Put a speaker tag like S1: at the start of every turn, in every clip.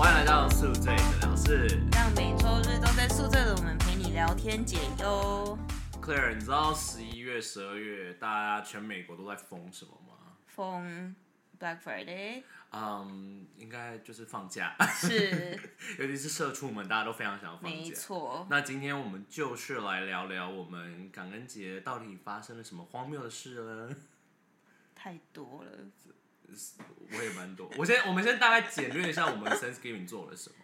S1: 来到宿醉诊疗室。
S2: 让每周日都在宿醉的我们陪你聊天解忧。
S1: Claire，你知道十一月、十二月大家全美国都在封什么吗？
S2: 封 Black Friday
S1: 嗯，应该就是放假，
S2: 是
S1: 尤其是社畜们，大家都非常想要放
S2: 没
S1: 假。
S2: 错，
S1: 那今天我们就是来聊聊我们感恩节到底发生了什么荒谬的事呢？
S2: 太多了。
S1: 我也蛮多。 我先，我们先大概简略一下我 们 Thanksgiving 做了什么。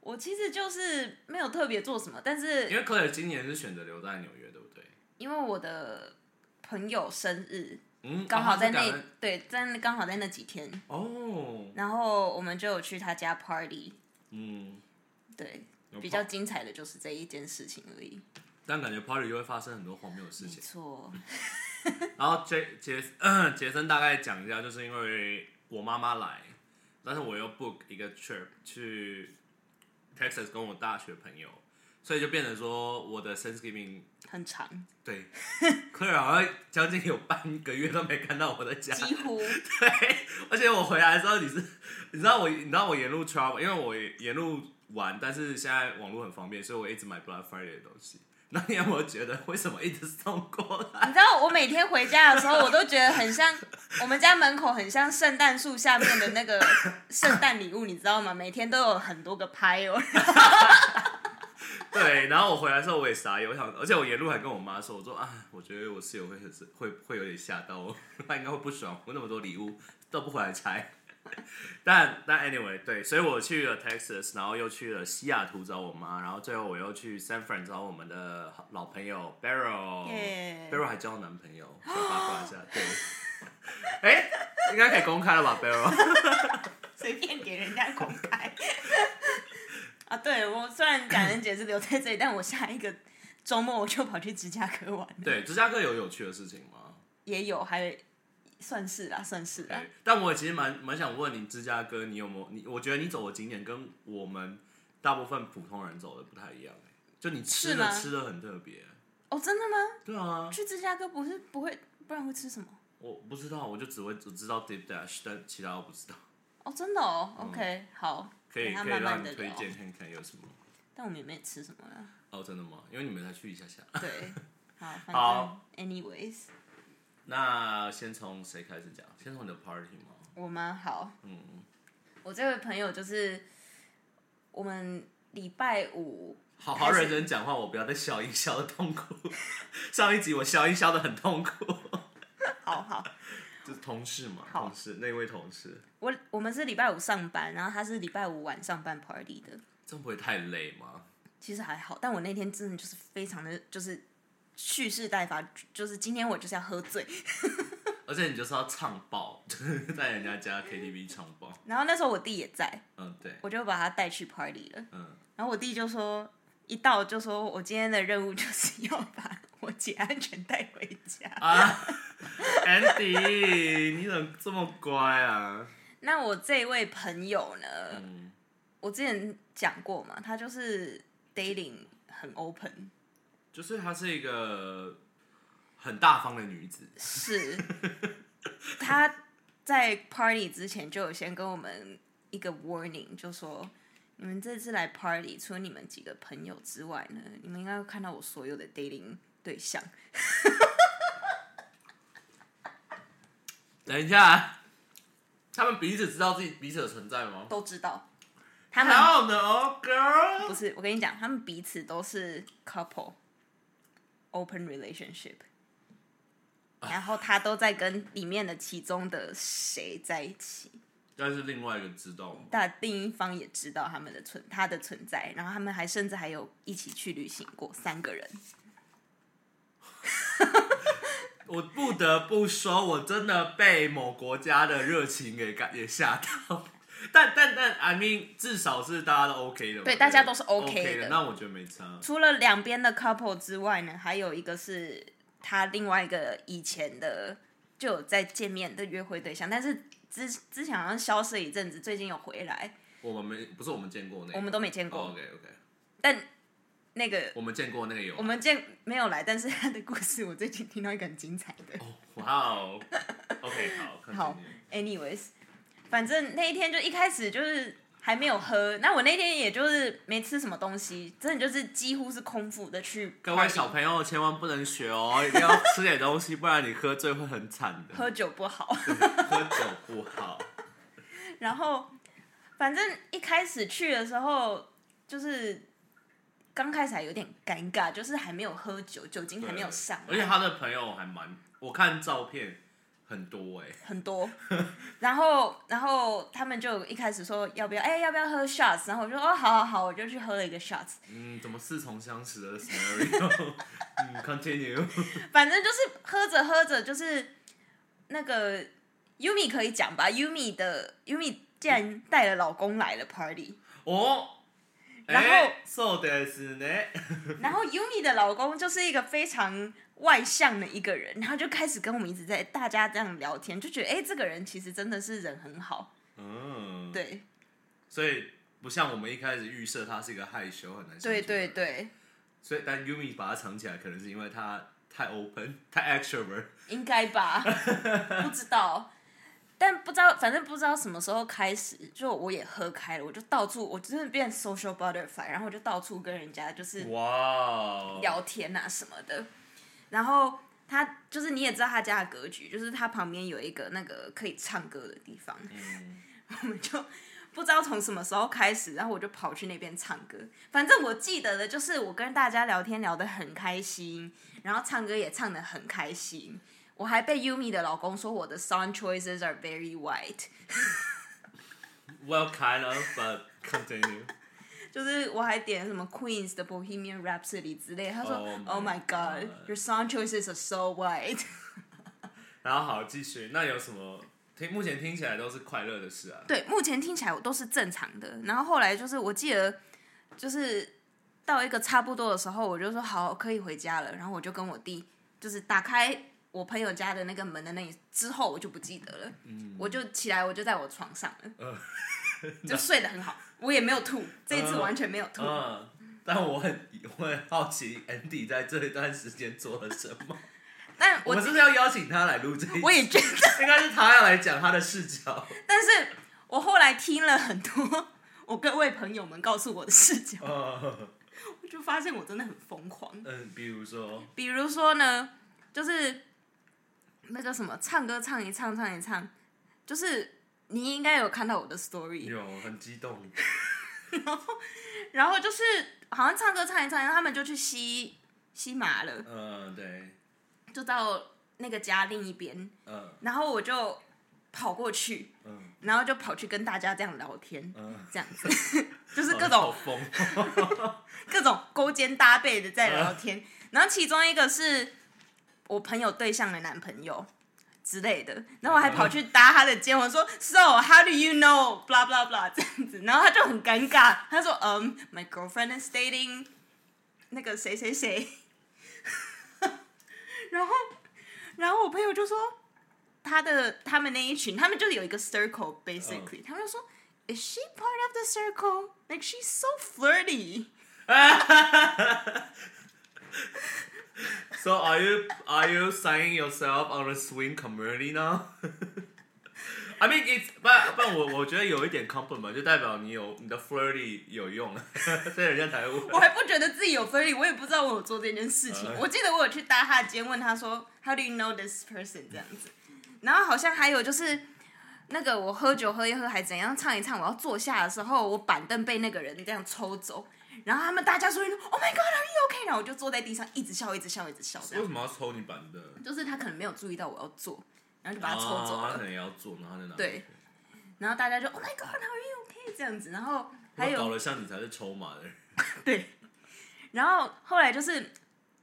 S2: 我其实就是没有特别做什么，但
S1: 因
S2: 是
S1: 为 Claire 今年是选择留在纽约，对不对？
S2: 因为我的朋友生日
S1: 嗯，
S2: 刚
S1: 哦
S2: 好
S1: 他
S2: 在
S1: 是
S2: 那、
S1: 感恩
S2: 对，在那刚好在那几天，
S1: 哦，
S2: 然后我们就有去他家 party，
S1: 嗯，
S2: 对，
S1: 有
S2: 比较精彩的就是这一件事情而已。
S1: 但感觉 party 就会发生很多荒谬的事
S2: 没
S1: 情。
S2: 错，
S1: 然后杰杰嗯杰森大概讲一下，就是因为我妈妈来，但是我又 book 一个 trip 去 Texas 跟我大学朋友，所以就变成说我的 Thanksgiving
S2: 很长，
S1: 对，Claire 好像将近有半个月都没看到我的家，
S2: 几乎
S1: 对，而且我回来的时候，你是，你知道我，你知道我沿路 travel，因为我沿路玩，但是现在网络很方便，所以我一直买 Black Friday 的东西。那你有没有觉得为什么一直送过来？
S2: 你知道我每天回家的时候，我都觉得很像我们家门口很像圣诞树下面的那个圣诞礼物，你知道吗？每天都有很多个拍哦。
S1: 对，然后我回来的时候我也傻眼，我想，而且我沿路还跟我妈说，我说啊，我觉得我室友会很会会有点吓到我， 她应该会不爽，我那么多礼物都不回来拆。 但但 anyway，对，所以我去了 Texas，然后又去了西雅图找我妈，然后最后我又去 San Fran 找我们的老朋友 Barrel。
S2: 耶
S1: Barrel 还交男朋友，小八卦一下，对。 哎、应该可以公开了吧，Barrel？
S2: 随便给人家公开。 啊，对我虽然感恩节是留在这里，但我下一个周末我就跑去芝加哥玩了，
S1: 对，芝加哥有有趣的事情吗？
S2: 也有还算是啦，算是啦
S1: 对。，但我其实蛮蛮想问你，芝加哥，你有没有你？我觉得你走的景点跟我们大部分普通人走的不太一样、欸，就你吃
S2: 是
S1: 的
S2: 吗
S1: 吃的很特别、
S2: 哦，真的吗？
S1: 对啊，
S2: 去芝加哥不是不会，不然会吃什么？
S1: 我不知道，我就只会只知道 Deep Dash，但其他我不知道。
S2: 哦，真的哦。OK，好，
S1: 嗯可以
S2: 等他
S1: 可以
S2: 慢慢
S1: 让
S2: 的
S1: 你推
S2: 聊。
S1: 荐看看有什么？
S2: 但我们也没吃什么啦。
S1: 哦，真的吗？因为你们才去一下下。
S2: 对，好，反
S1: 好
S2: 正 anyways，
S1: 那先从谁开始讲？先从你的 party 吗？
S2: 我们好，
S1: 嗯，
S2: 我这位朋友就是我们礼拜五
S1: 好好认真讲话，我不要再消音消的痛 苦。上一集我消音消的很痛 苦，
S2: 好好，
S1: 就是同事嘛，
S2: 好
S1: 同事那位同事，
S2: 我我们是礼拜五上班，然后他是礼拜五晚上办 party 的，
S1: 这样不会太累吗？
S2: 其实还好，但我那天真的就是非常的就是蓄势待发，就是今天我就是要喝醉，
S1: 而且你就是要唱爆，就是在人家家 KTV 唱爆。
S2: 然后那时候我弟也在，
S1: 嗯，对，
S2: 我就把他带去 party 了，
S1: 嗯，
S2: 然后我弟就说一到就说我今天的任务就是要把我姐安全带回家。
S1: 啊，Andy，你怎么这么乖啊？
S2: 那我这位朋友呢，
S1: 嗯，
S2: 我之前讲过嘛，他就是 dating 很 open，
S1: 就是她是一个很大方的女子，
S2: 是他在 party 之前就有先跟我们一个 warning，就说你们这次来 party，除了你们几个朋友之外呢，你们应该会看到我所有的 dating 对象。
S1: 等一下，他们彼此知道自己彼此的存在吗
S2: 都知道。他们
S1: ？How no girl？
S2: 不是，我跟你讲，他们彼此都是 couple open relationship，然后他都在跟里面的其中的谁在一起，
S1: 但是另外一个知道吗？
S2: 但另一方也知道他们的存他的存在，然后他们还甚至还有一起去旅行过，三个人。
S1: 我不得不说，我真的被某国家的热情给感也吓到。但但但，I mean，至少是大家都 OK 的嘛。
S2: 对大家都是
S1: OK
S2: OK 的
S1: 的。那我觉得没差。
S2: 除了两边的 couple 之外呢，还有一个是他另外一个以前的就有在见面的约会对象，但是之之前好像消失了一阵子，最近有回来，
S1: 我们没不是我们见过那个，
S2: 我们都没见过。
S1: OK OK，
S2: 但那个
S1: 我们见过那个有
S2: 我。们见没有来，但是他的故事我最近听到一个很精彩的。
S1: 哦哇哦，OK 好，
S2: 好
S1: continue
S2: ，anyways，反正那一天就一开始就是还没有喝。那我那天也就是没吃什么东西，真的就是几乎是空腹的去 party。
S1: 各位小朋友千万不能学哦，一定要吃点东西，不然你喝醉会很惨的。
S2: 喝酒不好。
S1: 喝酒不好，
S2: 然后反正一开始去的时候，就是刚开始还有点尴尬，就是还没有喝酒，酒精还没有上
S1: 而且
S2: 来，
S1: 他的朋友还蛮，我看照片很多哎、
S2: 很多。 然后然后他们就一开始说要不要，哎、要不要喝 shots？然后我就说哦，好好好，我就去喝了一个 shots。
S1: 嗯，怎么似曾相识的 scenario？嗯，continue。
S2: 反正就是喝着喝着，就是那个 Yumi 可以讲吧，Yumi 的 Yumi 竟然带了老公来了 party，
S1: 哦，
S2: 然后
S1: 哎そうですね。
S2: 然后 Yumi 的老公就是一个非常外向的一个人，然后就开始跟我们一直在大家这样聊天，就觉得哎、诶这个人其实真的是人很好，
S1: 嗯，，
S2: 对
S1: 所以不像我们一开始预设他是一个害羞很难相处的
S2: 对
S1: 人
S2: 对，对，
S1: 所以但 Yumi 把他藏起来，可能是因为他太 open，太 extrovert。
S2: 应该吧，不知道。但不知道，反正不知道什么时候开始，就我也喝开了，我就到处，我真的变 social butterfly，然后我就到处跟人家就是
S1: 哇哦，
S2: 聊天啊什么的。然后他就是你也知道他家的格局，就是他旁边有一个那个可以唱歌的地方，
S1: 嗯，
S2: 我们就不知道从什么时候开始，然后我就跑去那边唱歌。反正我记得的就是我跟大家聊天聊得很开心，然后唱歌也唱得很开心。我还被 Yumi 的老公说我的 song choices are very white，
S1: Well, kind of, but continue.
S2: 就是我还点什么 Queen's 的 Bohemian Rhapsody 之类，他说
S1: Oh my
S2: Oh my God，your song choices are so white。
S1: 然后好，继续。那有什么听？目前听起来都是快乐的事啊。
S2: 对，目前听起来我都是正常的。然后后来就是我记得，就是到一个差不多的时候，我就说好，可以回家了。然后我就跟我弟，就是打开我朋友家的那个门的那里之后，我就不记得了。我就起来，我就在我床上了，就睡得很好。我也没有吐，这一次
S1: 嗯
S2: 完全没有吐。
S1: 嗯，但我很我很好奇 Andy 在这一段时间做了什么。
S2: 但
S1: 我
S2: 我
S1: 们是不是要邀请他来录这一集？
S2: 我也觉得，
S1: 应该是他要来讲他的视角。
S2: 但是我后来听了很多 我各位朋友们告诉我的视角，
S1: 嗯
S2: 我就发现我真的很疯狂。
S1: 嗯，比如说，
S2: 比如说呢，就是那个什么，唱歌唱一唱，唱一唱，就是你应该有看到我的 story，
S1: 有很激动，
S2: 然后就是好像唱歌唱一唱，然后他们就去吸吸麻了，
S1: 嗯，对，
S2: 就到那个家另一边，
S1: 嗯
S2: 然后我就跑过去，
S1: 嗯
S2: 然后就跑去跟大家这样聊天，
S1: 嗯，
S2: 这样子， 就是各
S1: 好
S2: 种
S1: 疯，
S2: 各种勾肩搭背的在聊天，然后其中一个是我朋友对象的男朋友之类的，然后我还跑去搭他的肩，我说 So how do you know blah blah blah 这样子，然后他就很尴尬，他说嗯、m y girlfriend is dating 那个谁谁谁， 然后然后我朋友就说他的他们那一群，他们就有一个 circle basically，、他们就说 Is she part of the circle? Like she's so flirty.
S1: So are you are you signing yourself on a swing community now? I mean it's 不不我我觉得有一点 compliment 就代表你有你的 flirty 有用， 所以人家才会
S2: 我
S1: 问。
S2: 还不觉得自己有 flirty，我也不知道我有做这件事情。
S1: 嗯
S2: 我记得我有去搭他的肩，问他说 How do you know this person 这样子，然后好像还有就是那个我喝酒喝一喝还怎样唱一唱，我要坐下的时候，我板凳被那个人这样抽走，然后他们大家说 Oh my God, are you okay？然后我就坐在地上一直笑，一直笑，一直笑，这
S1: 为
S2: 样
S1: 什么要抽你板凳？
S2: 就是他可能没有注意到我要坐，然后就把他抽走
S1: 啊他
S2: 了
S1: 可。能也要做，然后他就拿。
S2: 对，然后大家就 Oh my God, are you okay？这样子，然后还有
S1: 搞得像你才是筹码的人。
S2: 对，然后后来就是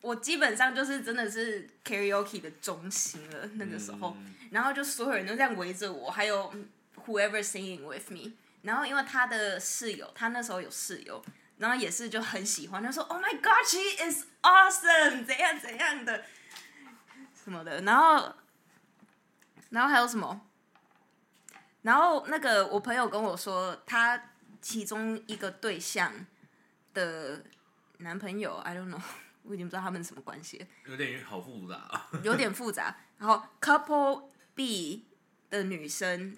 S2: 我基本上就是真的是 karaoke 的中心了那个时
S1: 嗯
S2: 候，然后就所有人都这样围着我，还有嗯 whoever singing with me。然后因为他的室友，他那时候有室友，然后也是就很喜欢，他说 Oh my God, she is awesome，怎样怎样的什么的。然后，然后还有什么？然后那个我朋友跟我说，他其中一个对象的男朋友，I don't know，我已经不知道他们什么关系了，
S1: 有点好复杂、 啊。
S2: 有点复杂。然后 couple B 的女生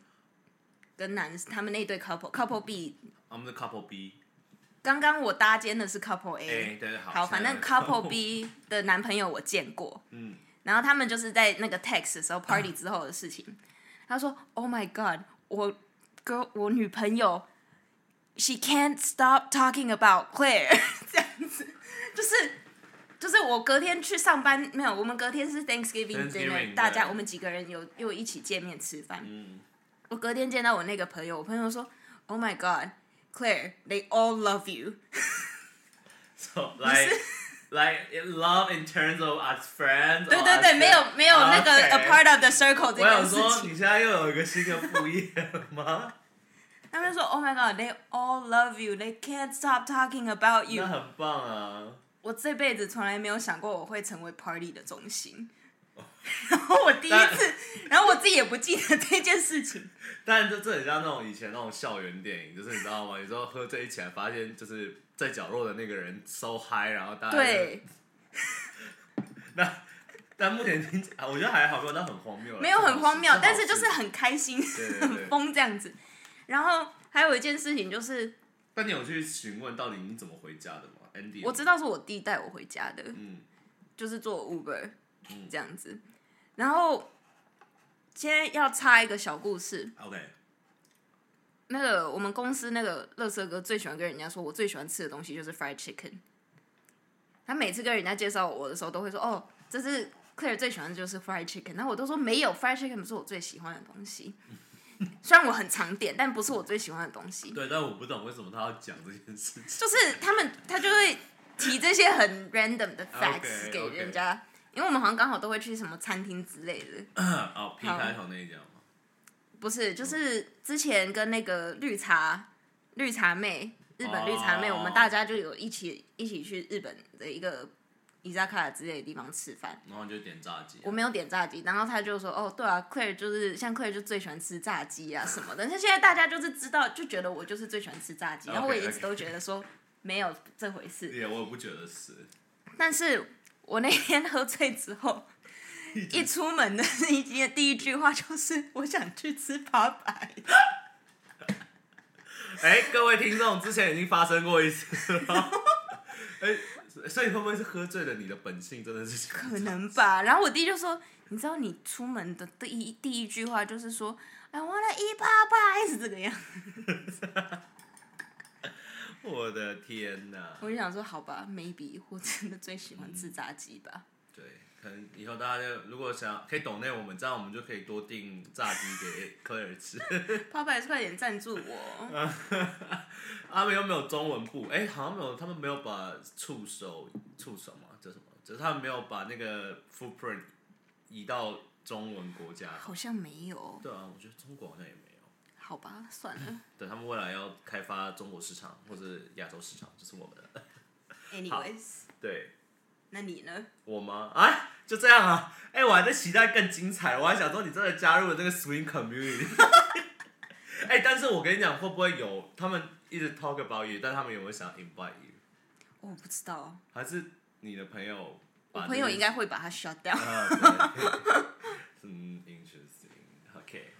S2: 跟男他们那一对 couple couple B，
S1: 我们的 couple B，
S2: 刚刚我搭肩的是 couple
S1: 哎、
S2: A，、
S1: 对，好，
S2: 好，
S1: 现
S2: 反
S1: 在
S2: 正 couple B 的男朋友我见过，
S1: 嗯，
S2: 然后他们就是在那个 text 的时候 party 之后的事
S1: 嗯
S2: 情，他说 Oh my God，我 girl 我女朋友，she can't stop talking about Claire，这 样子，就是就是我隔天去上班，没有，我们隔天是
S1: Thanksgiving，
S2: Thanksgiving dinner，大家
S1: 对
S2: 我们几个人有又一起见面吃饭，
S1: 嗯
S2: 我隔天见到我那个朋友，我朋友说 Oh my God，Claire，they all love you。
S1: So like like in love in terms of as friends.
S2: 对
S1: or
S2: 对
S1: as
S2: 对，没有
S1: friends-
S2: 没有那个
S1: 哦 OK
S2: a part of the circle 这
S1: 我想
S2: 件事
S1: 说，
S2: 情。
S1: 你现在又有一个新的副业了 吗？
S2: 他们说 Oh my God，they all love you，they can't stop talking about
S1: 那
S2: you。
S1: 很棒啊！
S2: 我这辈子从来没有想过我会成为 party 的中心。
S1: 哦
S2: 然后我第一次，然后我自己也不记得这件事 情。
S1: 但这这很像那种以前那种校园电影，就是你知道吗？有时候喝醉起来，发现就是在角落的那个人 so high，然后大家就
S2: 对，
S1: 那但目前听起来，我觉得还好，没有到很荒谬啦，啊
S2: 没有很荒谬
S1: 这，好
S2: 但
S1: 事
S2: 是就是。很开心，
S1: 对对对
S2: 很疯这样子。然后还有一件事情就是，
S1: 但你有去询问到底你怎么回家的吗？Andy，
S2: 我知道是我弟带我回家的，
S1: 嗯
S2: 就是坐 Uber
S1: 嗯
S2: 这样子。然后现在要插一个小故事，
S1: ，OK，
S2: 那个我们公司那个乐色哥最喜欢跟人家说，我最喜欢吃的东西就是 fried chicken。他每次跟人家介绍我的时候，都会说：“哦，这是 Claire 最喜欢的就是 fried chicken。”然后我都说没有，fried chicken 不是我最喜欢的东西。虽然我很常点，但不是我最喜欢的东西。
S1: 对，但我不懂为什么他要讲这件事情。
S2: 就是他们他就会提这些很 random 的 facts
S1: OK，OK
S2: 给人家因为我们好像刚好都会去什么餐厅之类的，
S1: 哦，P 开头那一家吗？
S2: 不是，就是之前跟那个绿茶绿茶妹日本绿茶妹
S1: 哦
S2: 我们大家就有一起一起去日本的一个伊扎卡之类的地方吃饭。
S1: 然后你就点炸鸡啊。
S2: 我没有点炸鸡，然后他就说：“哦，对啊，Claire 就是像 Claire 就最喜欢吃炸鸡啊什么的。”但现在大家就是知道，就觉得我就是最喜欢吃炸鸡，然后我
S1: OK，OK
S2: 一直都觉得说没有这回事。
S1: 也我也不觉得是，
S2: 但是我那天喝醉之后，一出门的第一件第一句话就是我想去吃扒白。
S1: 哎、各位听众，之前已经发生过一次了。 哎、所以会不会是喝醉了？你的本性真的是
S2: 可能吧。然后我弟就说：“你知道你出门的第一第一句话就是说，I wanna eat 扒白是这个样。
S1: 我的天哪”！
S2: 我就想说，好吧，maybe 我真的最喜欢吃炸鸡吧。
S1: 对，可能以后大家就如果想可以懂内我们，这样我们就可以多订炸鸡给科尔吃。
S2: 扒白快点赞助我，
S1: 嗯他们又没有中文部，哎、好像没有，他们没有把触手触手嘛，叫什么？就是他们没有把那个 footprint 移到中文国家。
S2: 好像没有，
S1: 对啊，我觉得中国好像也没有。
S2: 好吧，算了。
S1: 对他们未来要开发中国市场或者亚洲市场，就是我们的。
S2: Anyways，
S1: 对
S2: 那你呢？
S1: 我吗？啊，就这样啊！哎、我还在期待更精彩，我还想说你真的加入了这个 swing community。哎、但是我跟你讲，会不会有他们一直 talk about you，但他们有没有想 invite you？
S2: 我不知道，
S1: 还是你的朋友把这个？
S2: 我朋友应该会把它 shut 掉。
S1: 啊，对嗯，interesting。OK，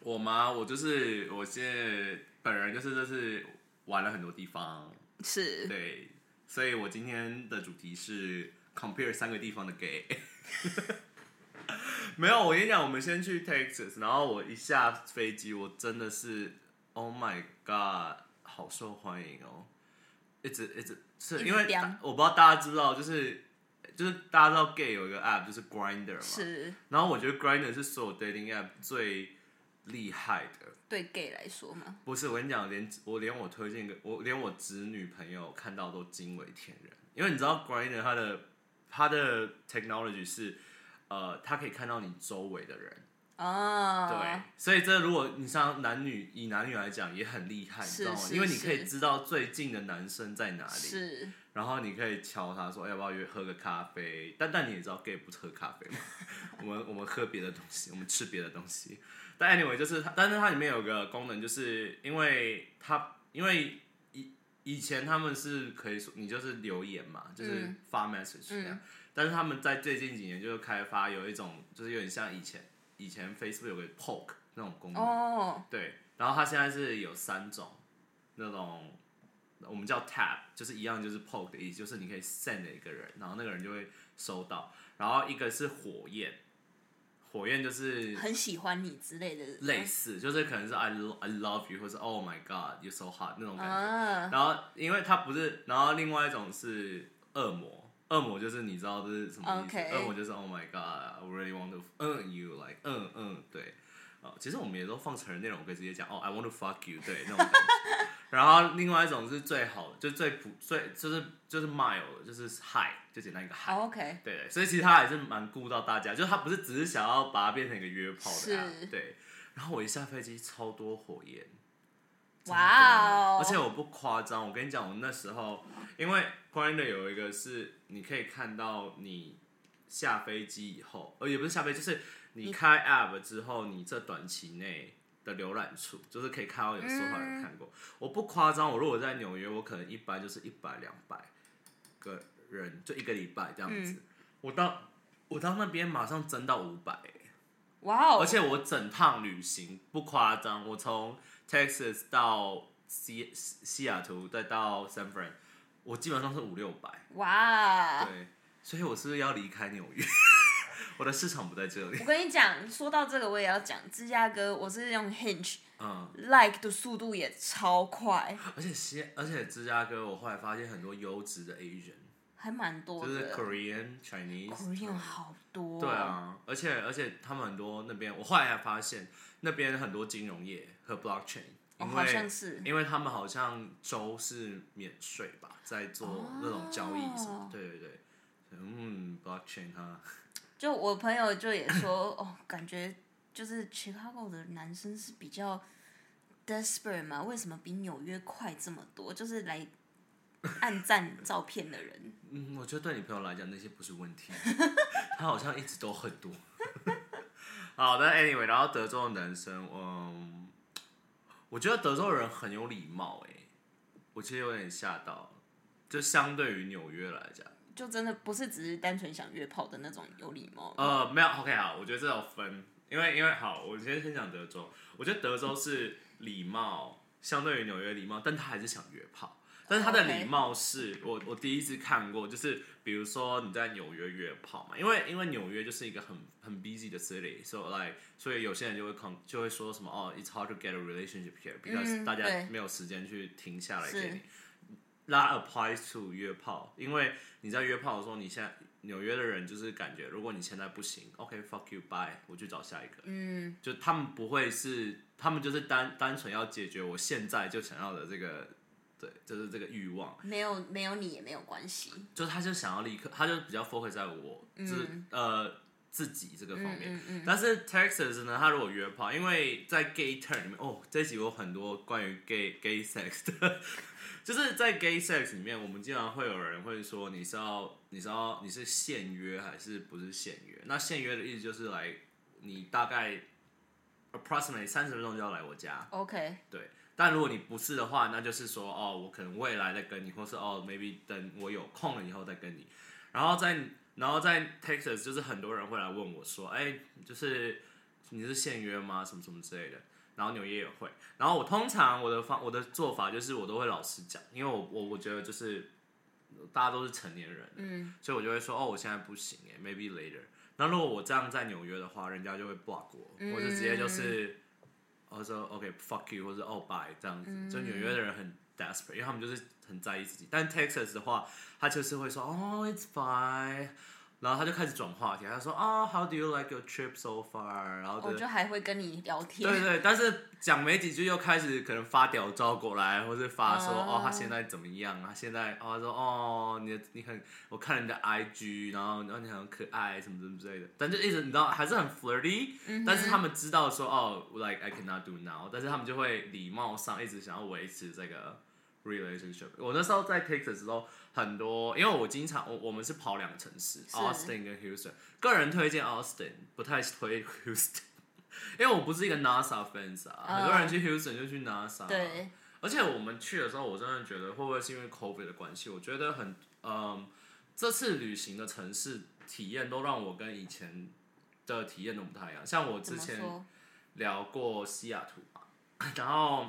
S1: 我吗？我就是我现在本人就是就是玩了很多地方，
S2: 是，
S1: 嗯对，所以我今天的主题是 compare 三个地方的 gay。没有，我跟你讲，我们先去 Texas，然后我一下飞机，我真的是 Oh my God，好受欢迎哦！一直一直
S2: 一
S1: 是
S2: 直
S1: 因为
S2: 飙
S1: 大我不知道大家知道，就是就是大家知道 gay 有一个 app 就是 Grinder 嘛，
S2: 是
S1: 然后我觉得 Grinder 是所有 dating app 最厉害的，
S2: 对 gay 来说嘛，
S1: 不是，我跟你讲，连我连我推荐给我连我侄女朋友看到都惊为天人，因为你知道 Grinder 它的它的 technology 是呃，它可以看到你周围的人，
S2: 哦，
S1: 对，所以这如果你像男女以男女来讲也很厉害，你知道吗？
S2: 是是
S1: 因为你可以
S2: 是
S1: 知道最近的男生在哪里，
S2: 是
S1: 然后你可以敲他说哎要不要约喝个咖啡，但但你也知道 gay 不喝咖啡嘛， 我们我们喝别的东西，我们吃别的东西。但 anyway，就是它，但是它里面有个功能，就是因为它，因为以以前他们是可以说你就是留言嘛，就是
S2: 嗯
S1: 发 message 这样，但是他们在最近几年就是开发有一种，就是有点像以前以前 Facebook 有个 Poke 那种功能，
S2: 哦，
S1: 对，然后它现在是有三种那种，我们叫 tab，就是一样就是 poke 的意思，就是你可以 send 给一个人，然后那个人就会收到。然后一个是火焰，火焰就是
S2: 很喜欢你之类的，
S1: 类似，就是可能是 I lo- I love you 或是 Oh my God you so hot 那种感觉。
S2: 啊，
S1: 然后因为它不是，然后另外一种是恶魔。恶魔就是你知道这是什么意思
S2: OK
S1: 恶魔就是 Oh my God，I really want to，嗯，you like，嗯嗯，对，哦，其实我们也都放成人内容，可以直接讲哦，I want to fuck you，对，那种感觉。然后另外一种是最好的，就最普最就是就是 mild，的就是 high，就简单一个 high，、
S2: 好 OK，
S1: 对所以其实他还是蛮顾到大家，就是他不是只是想要把它变成一个约炮的、啊
S2: 是，
S1: 对。然后我一下飞机超多火焰，
S2: 哇哦，
S1: 而且我不夸张，我跟你讲，我那时候因为 Grindr 有一个是你可以看到你下飞机以后，呃，也不是下飞机，就是你开 App 之后，你这短期内的浏览处，就是可以看到有多少人看过。我不夸张，我如果在纽约，我可能一般就是一百两百个人，就一个礼拜这样子。我到我到那边马上增到五百、
S2: 哇哦，
S1: 而且我整趟旅行不夸张，我从 Texas 到西西西雅图，再到 San Fran，我基本上是五六百。
S2: 哇，
S1: 对，所以我是不是要离开纽约？ 我的市场不在这里
S2: 我。跟你讲，说到这个我也要讲，芝加哥我是用 Hinge
S1: 嗯，
S2: like 的速度也超快，
S1: 而且西，而且芝加哥，我后来发现很多优质的 Asian，
S2: 还蛮多
S1: 就是
S2: 的。
S1: Korean、Chinese。
S2: Korean 好多，哦
S1: 对，啊，而且而且他们很多那边，我后来还发现那边很多金融业和 blockchain，
S2: 哦，
S1: 因
S2: 好
S1: 为
S2: 像是，
S1: 因为他们好像州是免税吧，在做那种交易什么
S2: 哦，
S1: 对对对，嗯，blockchain 哈，
S2: 就我朋友就也说， 哦，感觉就是 Chicago 的男生是比较 desperate 嘛，为什么比纽约快这么多？就是来暗赞照片的人，
S1: 嗯，我觉得对你朋友来讲那些不是问题， 他好像一直都很多。 好的，anyway，然后德州的男生，嗯，我觉得德州人很有礼貌、欸，我其实有点吓到，就相对于纽约来讲。
S2: 就真的不是只是单纯想约炮的那种有礼貌。
S1: 呃，没有，OK，好，我觉得这有分，因为因为好，我先先讲德州，我觉得德州是礼貌，相对于纽约礼貌，但他还是想约炮，但是他的
S2: 哦 OK
S1: 礼貌是我我第一次看过，就是比如说你在纽约约炮嘛，因为因为纽约就是一个很很 busy 的 city，so like 所以有些人就会 con 就会说什么哦，it's hard to get a relationship here because、
S2: 嗯
S1: 大家
S2: 对
S1: 没有时间去停下来
S2: 是
S1: 给你。That applies to 约炮，因为你在约炮的时候，你现在纽约的人就是感觉，如果你现在不行，OK fuck you bye，我去找下一个。
S2: 嗯，
S1: 就他们不会是，他们就是单单纯要解决我现在就想要的这个，对，就是这个欲望，
S2: 没有没有你也没有关系。
S1: 就是他就想要立刻，他就比较 focus 在我自、呃自己这个方面。
S2: 嗯嗯
S1: 但是 Texas 呢，他如果约炮，因为在 gay turn 里面，哦，这一集有很多关于 gay gay sex 的， 就是在 gay sex 里面，我们经常会有人会说你是要你是要你是现约还是不是现约？那现约的意思就是来你大概 approximately 三十分钟就要来我家，
S2: ，OK，
S1: 对。但如果你不是的话，那就是说哦，我可能未来再跟你，或是哦，maybe 等我有空了以后再跟你。然后在然后在 Texas 就是很多人会来问我说，哎、就是你是现约吗？什么什么之类的。然后纽约也会。然后我通常我的方我的做法就是我都会老实讲，因为我我我觉得就是大家都是成年人，
S2: 嗯，
S1: 所以我就会说哦，我现在不行哎，maybe later。那如果我这样在纽约的话，人家就会 block 我，我就直接就是，我说 OK fuck you，或者哦 bye 这样子。就纽约的人很 desperate，因为他们就是很在意自己。但 Texas 的话，他就是会说哦 it's fine，然后他就开始转话题，他说哦 how do you like your trip so far，然后
S2: 我哦就还会跟你聊天。
S1: 对对，但是讲没几句又开始可能发屌照过来，或是发说、
S2: 啊
S1: 哦他现在怎么样啊？他现在哦他说哦你的你很我看了你的 IG，然后然哦后你很可爱什么什么之类的，但就一直你知道还是很 flirty，、但是他们知道说哦 like I cannot do now，但是他们就会礼貌上一直想要维持这个 relationship。我那时候在 Texas 的时候，很多因为我经常我我们是跑两个城市，Austin 跟 Houston，个人推荐 Austin，不太推 Houston。因为我不是一个 NASA fans 啊
S2: 嗯
S1: 很多人去 Houston 就去 NASA，、啊、
S2: 对，
S1: 而且我们去的时候，我真的觉得会不会是因为 COVID 的关系？我觉得很，嗯，这次旅行的城市体验都让我跟以前的体验都不太一样。像我
S2: 怎
S1: 之
S2: 么
S1: 前
S2: 说？
S1: 聊过西雅图嘛， 然后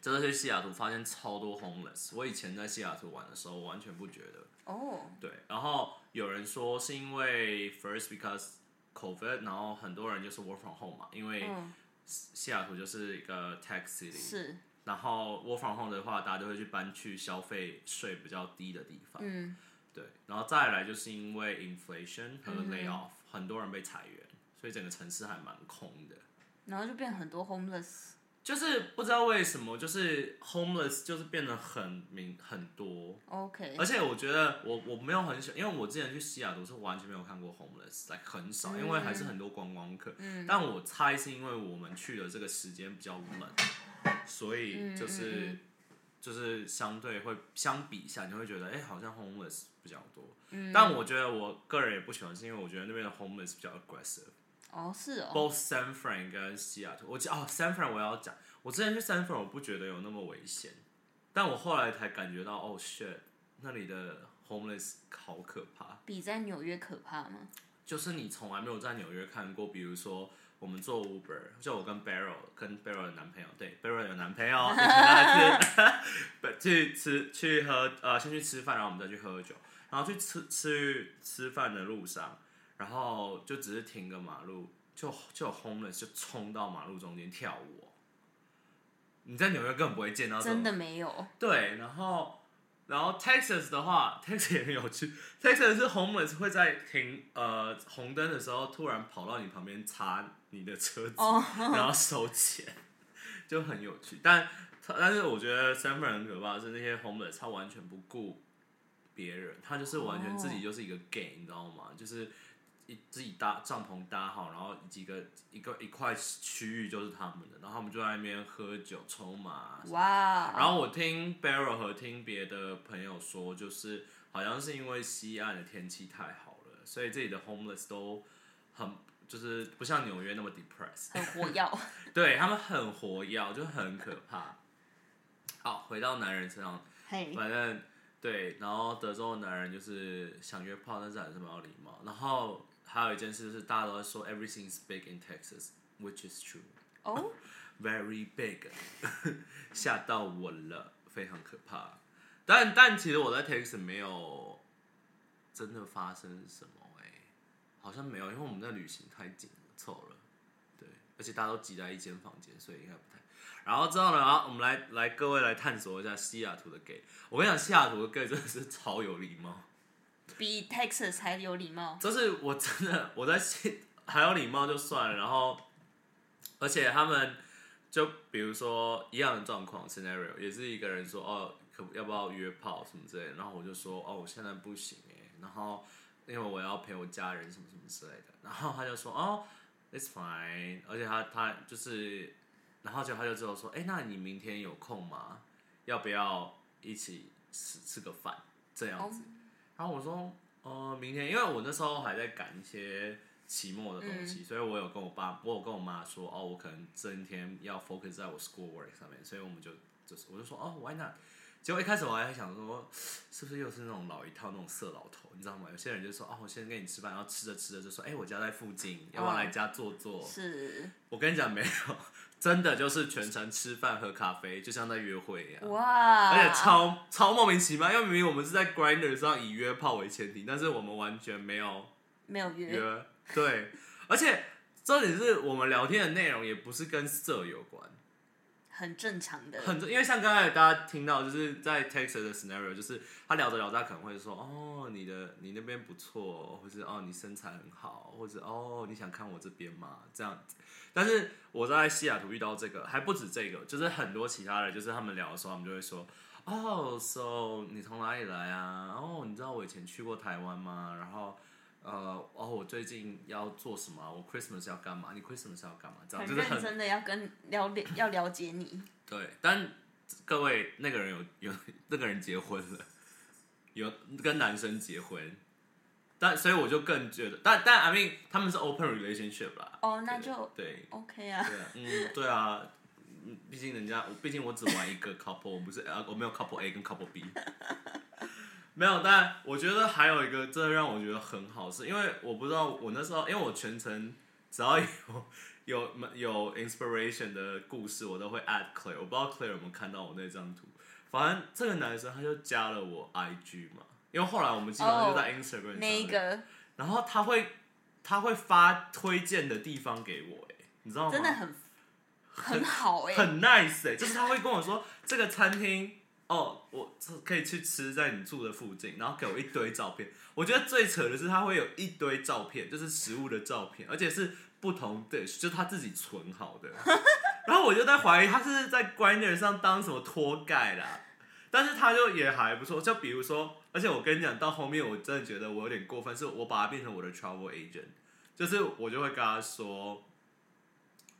S1: 真的去西雅图发现超多 homeless。我以前在西雅图玩的时候，我完全不觉得。
S2: 哦，
S1: 对，然后有人说是因为 first because COVID，然后很多人就是 work from home 嘛，因为
S2: 嗯，
S1: 西雅图就是一个 tech city，
S2: 是，
S1: 然后 work from home 的话，大家就会去搬去消费税比较低的地方。
S2: 嗯，
S1: 对，然后再来就是因为 inflation 和
S2: 嗯哼
S1: layoff，、很多人被裁员，所以整个城市还蛮空的。
S2: 然后就变很多 homeless，
S1: 就是不知道为什么，就是 homeless 就是变得很明很多，
S2: OK，
S1: 而且我觉得我我没有很喜欢，因为我之前去西雅图是完全没有看过 homeless，like 很少，因为还是很多观光客。
S2: 嗯
S1: 但我猜是因为我们去的这个时间比较冷，所以
S2: 嗯
S1: 就是、
S2: 嗯嗯
S1: 就是相对会相比一下，你会觉得哎、好像 homeless 比较多。
S2: 嗯
S1: 但我觉得我个人也不喜欢，是因为我觉得那边的 homeless 比较 aggressive。
S2: 哦是哦，
S1: both San Fran 跟西雅图，我记哦，San Fran 我要讲，我之前去 San Fran 我不觉得有那么危险，但我后来才感觉到，哦 shit，那里的 homeless 好可怕，
S2: 比在纽约可怕吗？
S1: 就是你从来没有在纽约看过，比如说我们做 Uber，就我跟 Barrel 跟 Barrel 的男朋友，对，Barrel 有男朋 友，一起跟他去 去吃去喝呃先去吃饭，然后我们再去喝酒，然后去吃吃吃饭的路上，然后就只是停个马路，就就有 homeless 就冲到马路中间跳舞哦。你在纽约根本不会见到这种
S2: 真的没有，
S1: 对，然后然后 Texas 的话，Texas 也很有趣。Texas 是 homeless 会在停呃红灯的时候突然跑到你旁边擦你的车子
S2: 哦
S1: 然后收钱，就很有趣。但但是我觉得 San Fran 很可怕的是那些 homeless 他完全不顾别人，他就是完全自己
S2: 哦
S1: 就是一个 gay，、你知道吗？就是。一自己搭帐篷搭好，然后几个一个一块区域就是他们的，然后他们就在那边喝酒、抽麻啊
S2: 哦哇，
S1: 然后我听 Barrel 和听别的朋友说，就是好像是因为西岸的天气太好了，所以这里的 homeless 都很就是不像纽约那么 depressed，
S2: 很火药，
S1: 对他们很活跃，就很可怕。好，回到男人身上，
S2: 嘿，
S1: 反正对，然后德州的男人就是想约炮，但是还是蛮有礼貌。然后还有一件事就是大家都在说 everything is big in Texas，which is true。
S2: 哦
S1: very big，吓到我了，非常可怕。但但其实我在 Texas 没有真的发生什么哎、好像没有，因为我们的旅行太紧了，凑了，对，而且大家都挤在一间房间，所以应该不太。然后之后呢，然后我们来来各位来探索一下西雅图的 gay。我跟你讲，西雅图的 gay 真的是超有礼貌，
S2: 比 Texas 还有礼貌，
S1: 就是我真的我在 西还有礼貌就算了，然后而且他们就比如说一样的状况 scenario，也是一个人说哦，可不要不要约炮什么之类的，然后我就说哦，我现在不行哎、然后因为我要陪我家人什么什么之类的，然后他就说哦，it's fine，而且他他就是，然后就他就之后说，哎、那你明天有空吗？要不要一起吃吃个饭这样子？然后我说，呃，明天，因为我那时候还在赶一些期末的东西，所以我有跟我爸，我有跟我妈说，哦，我可能这一天要 focus 在我 school work 上面，所以我们就就是我就说，哦，why not？结果一开始我还想说，是不是又是那种老一套那种色老头，你知道吗？有些人就说，哦，我先跟你吃饭，然后吃着吃着就说，哎、我家在附近，要不要来家坐
S2: 哦
S1: 坐？
S2: 是
S1: 我跟你讲，没有，真的就是全程吃饭喝咖啡，就像在约会一
S2: 啊
S1: 样。
S2: 哇，
S1: 而且超超莫名其妙，因为明明我们是在 Grinder 上以约炮为前提，但是我们完全没有
S2: 没有约，
S1: 约。对，而且重点是我们聊天的内容也不是跟色有关，
S2: 很正常的，
S1: 很多因为像刚才大家听到，就是在 Texas 的 scenario，就是他聊着聊着，他可能会说哦，你的你那边不错，或是哦你身材很好，或是哦你想看我这边吗？这样子。但是我在西雅图遇到这个，还不止这个，就是很多其他的，就是他们聊的时候，他们就会说。哦、s o 你从哪里来啊？哦、你知道我以前去过台湾吗？然后，呃，哦，我最近要做什么啊？我 Christmas 要干嘛？你 Christmas 要干嘛？这样
S2: 很
S1: 就是很
S2: 认真的要跟了解要了解你，
S1: 对，但各位那个人有有那个人结婚了，有跟男生结婚，但所以我就更觉得，但但 I mean 他们是 open relationship 啦。
S2: 哦那就
S1: 对
S2: OK 啊，
S1: 对啊，嗯，对啊，嗯毕啊竟人家，毕竟我只玩一个 couple，我不是呃，我没有 couple A 跟 couple B。 没有，但我觉得还有一个真的让我觉得很好，是因为我不知道我那时候，因为我全程只要有 有有 inspiration 的故事，我都会 at Claire。我不知道 Claire 有没有看到我那张图，反正这个男生他就加了我 IG 嘛，因为后来我们基本上就在 Instagram 上
S2: 哦那
S1: 面，
S2: 一个
S1: 然后他会他会发推荐的地方给我、哎，你知道吗？
S2: 真的很很好哎、
S1: 很 nice 哎、就是他会跟我说这个餐厅哦，我可以去吃在你住的附近，然后给我一堆照片。我觉得最扯的是他会有一堆照片，就是食物的照片，而且是不同 dish，就是他自己存好的。 然后我就在怀疑他是在 Grinder 上当什么拖盖啦，但是他就也还不错。就比如说，而且我跟你讲，到后面我真的觉得我有点过分，是我把他变成我的 travel agent，就是我就会跟他说，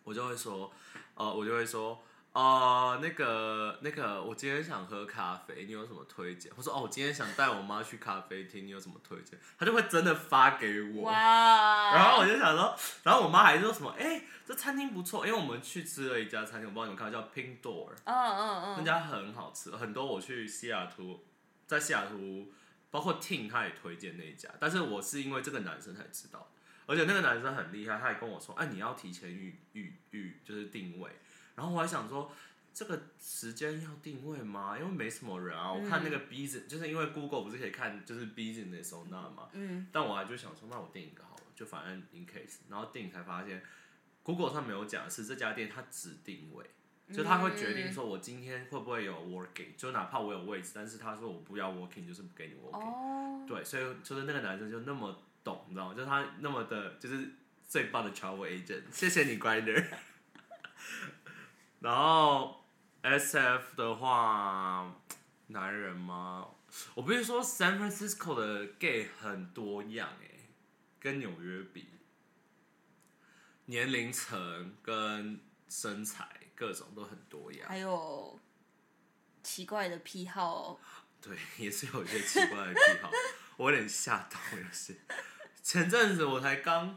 S1: 我就会说，呃，我就会说，呃，那个那个，我今天想喝咖啡，你有什么推荐？我说哦，我今天想带我妈去咖啡厅，你有什么推荐？他就会真的发给我。
S2: 哇！
S1: 然后我就想说，然后我妈还说什么，哎、这餐厅不错，因为我们去吃了一家餐厅，我不知道你们看到叫 Pink Door，
S2: 嗯嗯
S1: 那
S2: 嗯，
S1: 家很好吃，很多我去西雅图，在西雅图，包括 Ting 他也推荐那一家，但是我是因为这个男生才知道，而且那个男生很厉害，他还跟我说，哎、你要提前预预预就是定位，然后我还想说。这个时间要定位吗？因为没什么人啊。我看那个 business，、就是因为 Google 不是可以看就是 business o n 吗？
S2: 嗯。
S1: 但我还就想说，那我定一个好了，就反正 in case。然后定才发现，Google 上没有讲的是这家店它只定位，就他会决定说我今天会不会有 working，就哪怕我有位置，但是他说我不要 working，就是不给你 working。
S2: 哦，
S1: 对，所以就是那个男生就那么懂，你知道吗？就是他那么的，就是最棒的 travel agent，谢谢你 Grinder。然后 S F 的话，男人吗？我不是说 San Francisco 的 gay 很多样哎、跟纽约比，年龄层跟身材各种都很多样。
S2: 还有奇怪的癖好、哦，
S1: 对， 也是有一些奇怪的癖好，我有点吓到，也是。前阵子我才刚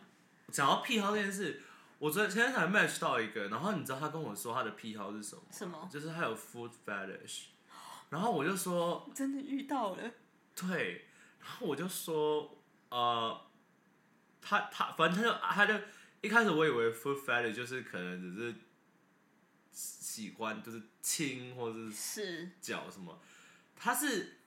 S1: 讲到癖好这件事，我昨天前天才 match 到一个，然后你知道他跟我说他的癖好是什么吗？
S2: 什么
S1: 就是他有 food fetish，然后我就说
S2: 真的遇到了，
S1: 对，然后我就说呃，他他反正他就他就一开始我以为 food fetish 就是可能只是喜欢就是亲或者是
S2: 是
S1: 脚什么，他是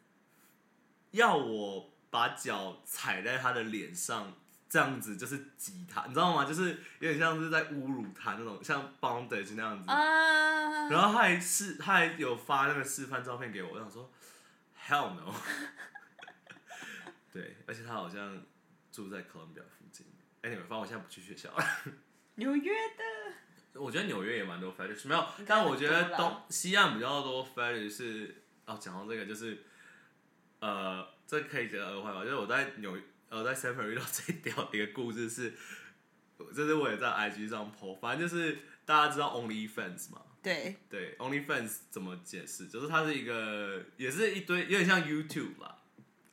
S1: 要我把脚踩在他的脸上，这样子就是挤他，你知道吗？就是有点像是在侮辱他那种，像 bondage 那样子。
S2: 啊，
S1: 然后他还是他还有发那个示范照片给我，我想说 hell no。对，而且他好像住在哥伦比亚附近。Anyway，反正我现在不去学校了。
S2: 纽约的，
S1: 我觉得纽约也蛮多 fetish，没有
S2: 应
S1: 但
S2: 该很多啦，
S1: 我觉得东西岸比较多 fetish 是哦，讲到这个就是，呃，这可以讲额外吧，就是我在纽呃我在 San Fran 遇到 最屌的一个故事是，这是我也在 IG 上 po，反正就是大家知道 OnlyFans 嘛，
S2: 对，
S1: 对 OnlyFans 怎么解释？就是它是一个也是一堆有点像 YouTube 啦，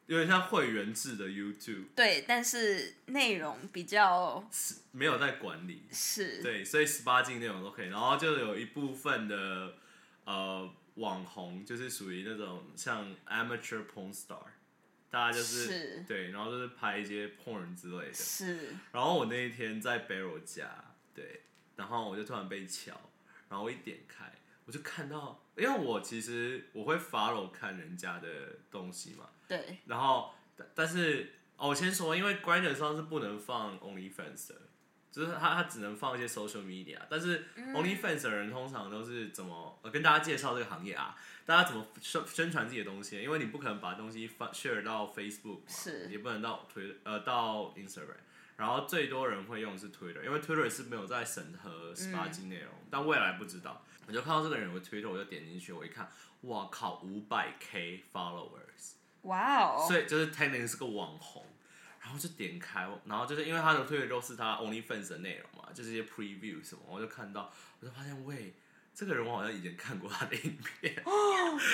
S1: 有点像会员制的 YouTube，
S2: 对，但是内容比较
S1: 是没有在管理，
S2: 是，
S1: 对，所以十八禁内容都可以。然后就有一部分的呃网红，就是属于那种像 amateur porn star，大家就是
S2: 是
S1: 对，然后就是拍一些 porn 之类的。
S2: 是，
S1: 然后我那一天在 Barrel 家，对，然后我就突然被敲，然后我一点开，我就看到，因为我其实我会 follow 看人家的东西嘛，
S2: 对，
S1: 然后但但是哦，我先说，因为 Grindr 上是不能放 OnlyFans 的，就是他他只能放一些 social media，但是 OnlyFans 的人通常都是怎么、呃、跟大家介绍这个行业啊，大家怎么宣宣传自己的东西，因为你不可能把东西发 share 到 Facebook，嘛
S2: 是
S1: 也不能到推呃到 Instagram。然后最多人会用的是 Twitter，因为 Twitter 是没有在审核十八禁内容，但未来不知道。我就看到这个人有 Twitter，我就点进去，我一看，哇靠，五百 K followers，
S2: 哇哦，
S1: 所以就是 Technically 是个网红，然后就点开，然后就是因为他的推的都是他 OnlyFans 的内容嘛，就是一些 preview 什么，我就看到，我就发现，喂，这个人我好像以前看过他的影片，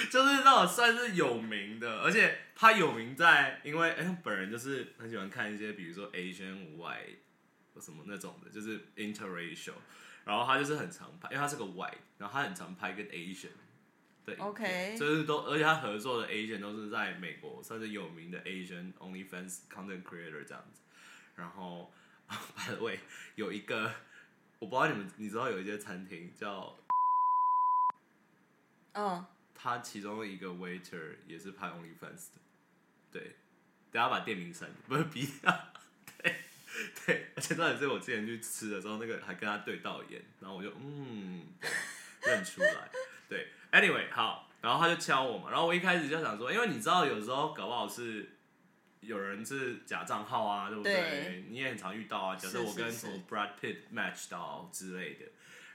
S1: 就是那种算是有名的，而且他有名在，因为哎、我本人就是很喜欢看一些，比如说 Asian White 或什么那种的，就是 interracial，然后他就是很常拍，因为他是个 White，然后他很常拍跟 Asian。的影片
S2: OK
S1: 就是都，而且他合作的 Asian 都是在美国算是有名的 Asian OnlyFans content creator 这样子。然后 ，by the way，有一个我不知道你们，你知道有一些餐厅叫
S2: 嗯，
S1: 他其中一个 waiter 也是拍 OnlyFans 的，对，等下把店名删， 不是逼他，对对，而且重点是我之前去吃的时候，那个还跟他对到眼，然后我就嗯对 认出来，对，anyway 好，然后他就敲我嘛，然后我一开始就想说，因为你知道有时候搞不好是有人是假账号啊，对不
S2: 对
S1: 你也很常遇到啊，假设
S2: 是
S1: 我跟
S2: 是
S1: 什么 Brad Pitt match 到之类的。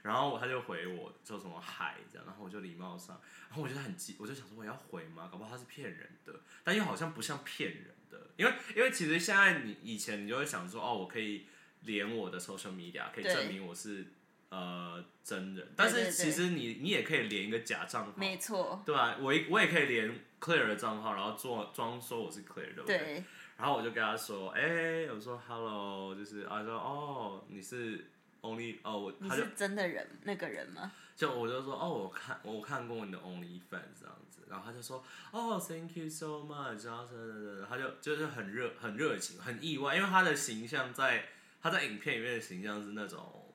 S1: 然后他就回我说什么嗨这样，然后我就礼貌上，然后我就很急，我就想说我要回吗？搞不好他是骗人的，但又好像不像骗人的，因为因为其实现在你以前你就会想说哦，我可以连我的 social media 可以
S2: 对
S1: 证明我是呃真人，但
S2: 对
S1: 是其
S2: 对
S1: 实你你也可以连一个假账号，
S2: 没错，
S1: 对吧、我也我也可以连 Clear 的账号，然后做装说我是 Clear 的，对不对
S2: 对，
S1: 然后我就跟他说，哎、我说 Hello，就是啊，他说哦你是 Only 哦我，
S2: 你
S1: 他就是
S2: 真的人那个人吗？
S1: 就我就说哦，我看我看过你的 OnlyFans 这样子，然后他就说哦，Thank you so much，然后什么什么什么他就就是很热很热情，很意外，因为他的形象在他在影片里面的形象是那种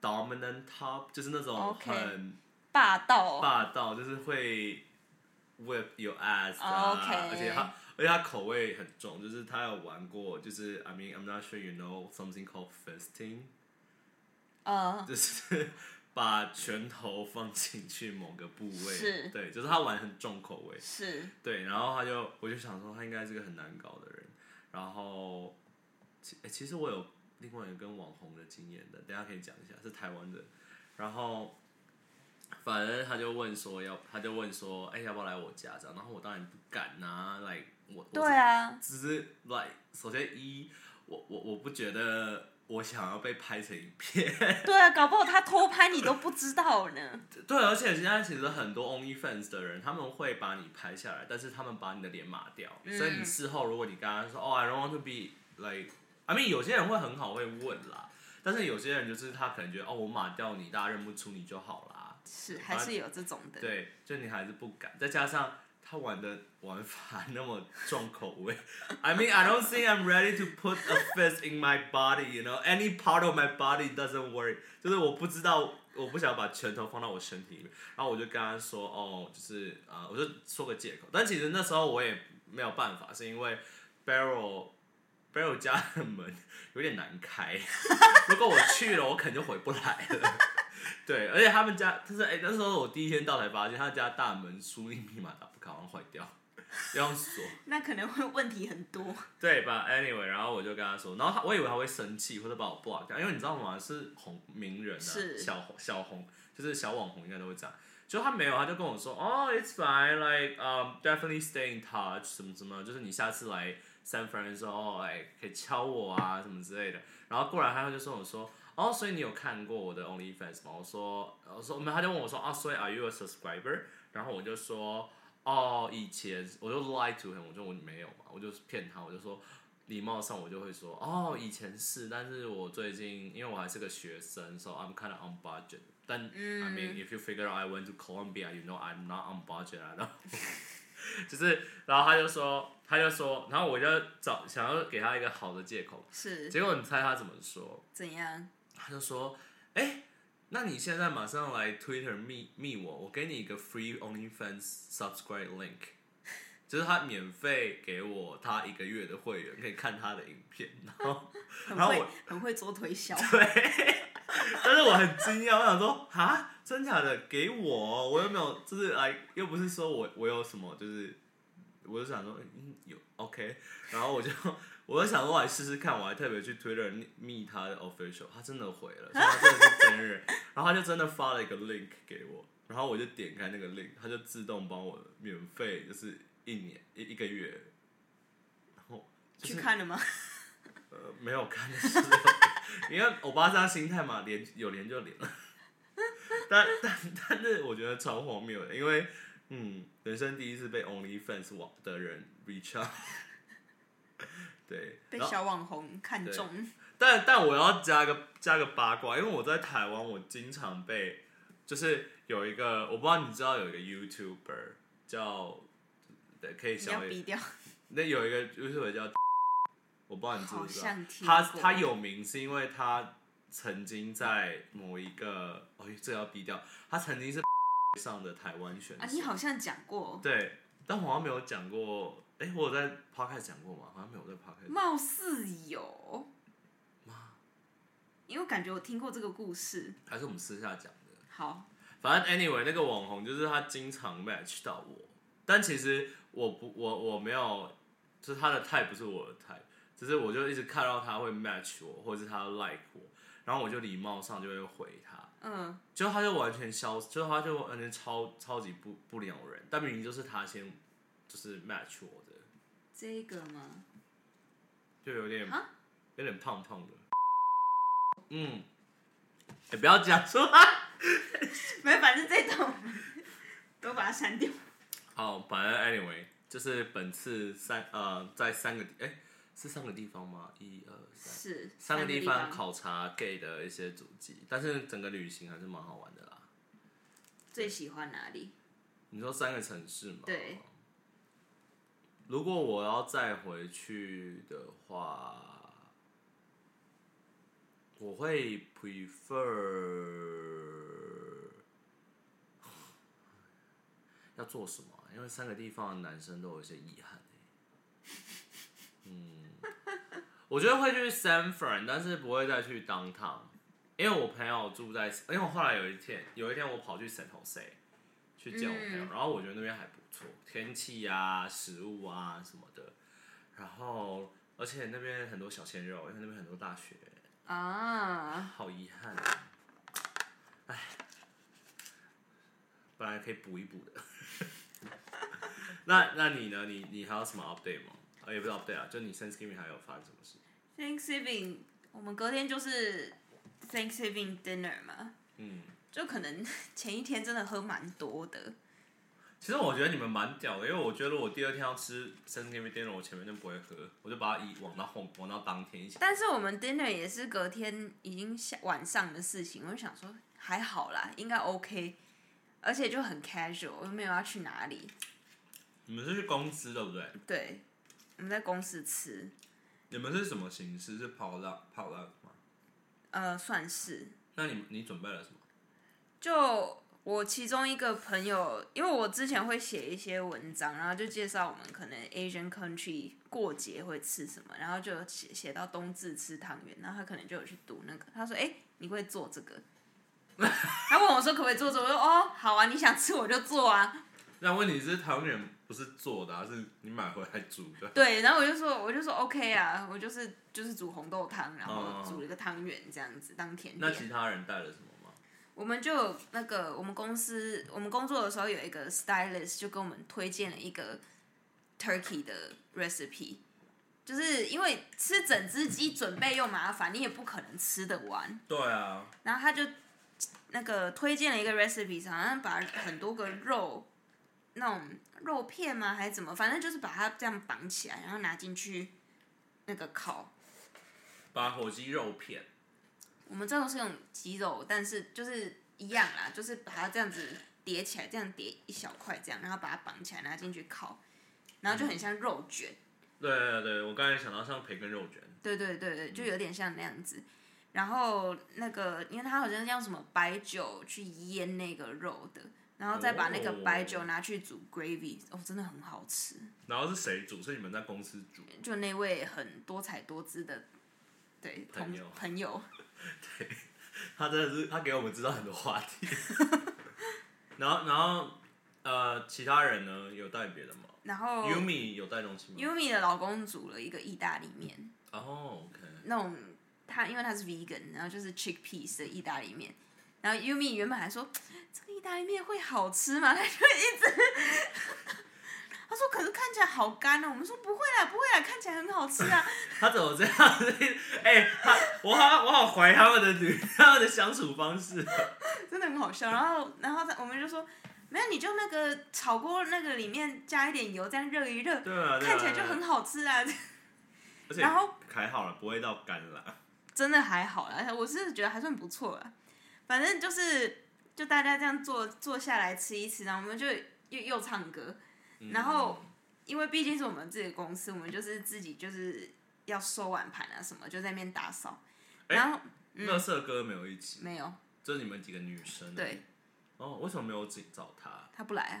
S1: dominant top，就是那种
S2: OK
S1: 很
S2: 霸道 哦，
S1: 霸道，就是会 whip your ass 啊
S2: 哦 OK
S1: 而且他而且他口味很重，就是他有玩过，就是 I mean I'm not sure you know something called fisting。
S2: 嗯，
S1: 就是把拳头放进去某个部位，
S2: 是
S1: 对，就是他玩很重口味，
S2: 是
S1: 对，然后他就我就想说他应该是个很难搞的人，然后其、诶其实我有另外一个跟网红的经验的，等一下可以讲一下，是台湾的，然后反正他就问说要，他就问说，哎、要不要来我家这样，然后我当然不敢呐、啊，来我我
S2: 对啊，
S1: 只是 like 首先一我我我不觉得我想要被拍成影片。
S2: 对啊，搞不好他偷拍你都不知道呢。
S1: 对，而且现在其实很多 OnlyFans 的人，他们会把你拍下来，但是他们把你的脸码掉，所以你事后如果你跟他说，哦、i don't want to be like，I mean，有些人会很好会问啦，但是有些人就是他可能觉得，哦，我码掉你，大家认不出你就好啦。
S2: 是，还是有这种的。
S1: 对，就你还是不敢，再加上他玩的玩法那么重口味，I mean I don't think I'm ready to put a fist in my body, you know, any part of my body doesn't work，就是我不知道，我不想把拳头放到我身体里面，然后我就跟他说，哦，就是啊、呃我就说个借口，但其实那时候我也没有办法，是因为 Barrel。Barrel 家的门有点难开，如果我去了，我可能就回不来了。对，而且他们家，就是哎、那时候我第一天到才发现，他家大门输入密码打不开，好像坏掉，要用锁。
S2: 那可能会问题很多。
S1: 对吧？Anyway，然后我就跟他说，然后他我以为他会生气或者把我 block 掉，因为你知道吗？是红名人啊，
S2: 是
S1: 小红小红，就是小网红应该都会这样。就他没有，他就跟我说，哦、i t s fine，like um definitely stay in touch，什么什么，就是你下次来 San Fran 的时候，哎，可以敲我啊，什么之类的。然后过来他就说我说，哦，所以你有看过我的 OnlyFans 吗？我说，我说，没有，他就问我说，啊，所以 Are you a subscriber？然后我就说，哦，以前我就 lie to him，我就我没有嘛，我就是骗他，我就说礼貌上我就会说，哦，以前是，但是我最近因为我还是个学生，so I'm kind of on budget。但、I mean if you figure out I went to Colombia, you know I'm not on budget at all 。 就是，然后他就说，他就说，然后我就找想要给他一个好的借口，
S2: 是
S1: 结果你猜他怎么说？
S2: 怎样？
S1: 他就说：“哎、那你现在马上来 Twitter 密密我，我给你一个 free OnlyFans subscribe link，就是 他免费给我他一个月的会员，可以看他的影片。然后，
S2: 很
S1: 然后
S2: 会
S1: 我
S2: 很会做推销。
S1: 但是我很惊讶，我想说，哈，真假的给我，我又没有，就是来，又不是说我我有什么，就是我就想说，嗯，有 OK，然后我就。”我就想说，我来试试看，我还特别去 Twitter 密密他的 official，他真的回了，所以他真的是真人，然后他就真的发了一个 link 给我，然后我就点开那个 link，他就自动帮我免费就是一年一一个月，然后、就是、
S2: 去看了吗？
S1: 呃没有看的 时候，因为欧巴桑心态嘛，连有连就连了，但但但是我觉得超荒谬的，因为嗯，人生第一次被 OnlyFans 网的人 reach out，对，
S2: 被
S1: 然后。
S2: 小网红看
S1: 对
S2: 中，
S1: 但但我要加个加个八卦，因为我在台湾，我经常被就是有一个我不知道你知道有一个 YouTuber 叫，对，可以
S2: 你要
S1: 稍
S2: 逼
S1: 微
S2: 掉，啊
S1: 那有一个 YouTuber 叫，我不知道你知不
S2: 好
S1: 知道，
S2: 像听
S1: 他
S2: 过
S1: 他有名是因为他曾经在某一个，哦，这个要低调，他曾经是 上的台湾选手，
S2: 啊，你好像讲过，
S1: 对，但我好像没有讲过，哎、我有在 podcast 讲过吗？好像没有在 podcast，
S2: 貌似有，因为我感觉我听过这个故事。
S1: 还是我们私下讲的。
S2: 好，
S1: 反正 anyway，那个网红就是他经常 match 到我，但其实我不我我没有，就是他的 type 不是我的 type，只是我就一直看到他会 match 我，或者是他 like 我，然后我就礼貌上就会回他，
S2: 嗯，
S1: 就他就完全消，就他就完全超超级不不鸟人，但明明就是他先就是 match 我的，
S2: 这个吗？
S1: 就有点
S2: 啊
S1: 有点胖胖的，嗯，也、不要讲出来。
S2: 没，反正这种都把它删掉。
S1: 好，反正 anyway，就是本次三呃，在三个地，哎、是三个地方吗？一二三，
S2: 是
S1: 三个
S2: 地
S1: 地方考察 gay 的一些足迹，但是整个旅行还是蛮好玩的啦。
S2: 最喜欢哪里？
S1: 你说三个城市吗？
S2: 对。
S1: 如果我要再回去的话，我会 prefer 要做什么啊？因为三个地方的男生都有一些遗憾、欸、嗯，我觉得会去 San Fran，但是不会再去 downtown，因为我朋友住在，因为我后来有一天，有一天我跑去 San Jose，去见我朋友，
S2: 嗯
S1: 然后我觉得那边还不错，天气啊、食物啊什么的，然后而且那边很多小鲜肉，因为那边很多大学，
S2: 啊，
S1: 好遗憾、啊，哎，本来可以补一补的。 那那你呢？你你还有什么 update 吗？啊，也不是 update 啊，就你 Thanksgiving 还有发生什么事？
S2: Thanksgiving，我们隔天就是 Thanksgiving dinner 嘛，
S1: 嗯，
S2: 就可能 前一天真的喝蛮多的，
S1: 其实我觉得你们蛮屌的，因为我觉得我第二天要吃 Thanksgiving dinner，我前面就不会喝，我就把它移往到后，往到当天一起。
S2: 但是我们 dinner 也是隔天已经下晚上的事情，我就想说还好啦，应该 OK，而且就很 casual，我又没有要去哪里，
S1: 你们是去公司对不对？
S2: 对，我们在公司吃，
S1: 你们是什么形式？是跑浪跑浪吗？
S2: 呃，算是
S1: 那你你准备了什么？
S2: 就我其中一个朋友，因为我之前会写一些文章，然后就介绍我们可能 Asian country 过节会吃什么，然后就有写写到冬至吃汤圆，然后他可能就有去读那个，他说：“哎、你会做这个？” 他问我说：“可不可以做这个？”我说：“哦，好啊，你想吃我就做啊。
S1: 那问题是汤圆不是做的、啊，是你买回来煮的”。
S2: 对，然后我就说：“我就说 OK 啊，我就是就是煮红豆汤，然后
S1: 哦
S2: 煮了一个汤圆这样子当甜
S1: 那
S2: 点。”
S1: 其他人带了什么吗？
S2: 我们就有那个我们公司我们工作的时候有一个 stylist 就跟我们推荐了一个 turkey 的 recipe，就是因为吃整只鸡准备又麻烦，你也不可能吃得完，
S1: 对啊，
S2: 然后他就那个推荐了一个 recipe，好像把很多个肉那种肉片吗还是怎么，反正就是把它这样绑起来，然后拿进去那个烤。
S1: 把火鸡肉片，
S2: 我们这种是用鸡肉，但是就是一样啦，就是把它这样子叠起来，这样叠一小块这样，然后把它绑起来拿进去烤，然后就很像肉卷，
S1: 对对对，我刚才想到像培根肉卷，
S2: 对对对对，就有点像那样子。然后那个，因为它好像是用什么白酒去腌那个肉的，然后再把那个
S1: 哦
S2: 白酒拿去煮 gravy，哦，真的很好吃。
S1: 然后是谁煮？是你们在公司煮？
S2: 就那位很多彩多姿的，对同
S1: 朋友
S2: 朋友，
S1: 他真的是他给我们制造很多话题。 然后然后呃，其他人呢有带别的吗
S2: 然后
S1: ？Yumi 有带东西吗？
S2: Yumi 的老公煮了一个意大利面，
S1: 哦，OK、o
S2: 那种他因为他是 vegan，然后就是 chickpeas 的意大利面。然后 Yumi 原本还说这个意大利面会好吃吗？他 就一直 他说可是看起来好干哦。我们说不会啦，不会啦，看起来很好吃啊。
S1: k 他怎么这样？ 哎、他我好我好怀疑他们的女他们的相处方 式哦。
S2: 真的很好笑。然后，然后他我们就说没有，你就那个炒锅那个里面加一点油，这样热一热，
S1: 对啊，对啊
S2: 看起来就很，好吃啊。
S1: 而且
S2: 然后
S1: 还好了，不会到干啦。
S2: 真的还好啦，我是觉得还算不错啦。反正就是就大家这样坐坐下来吃一吃，然后我们就又又唱歌，
S1: 嗯
S2: 然后因为毕竟是我们自己的公司，我们就是自己就是要收碗盘啊什么，就在那边打扫，然后、
S1: 乐色哥没有一起，
S2: 没有，
S1: 就是你们几个女生。
S2: 对。
S1: 哦，为什么没有请找他？
S2: 他不来啊，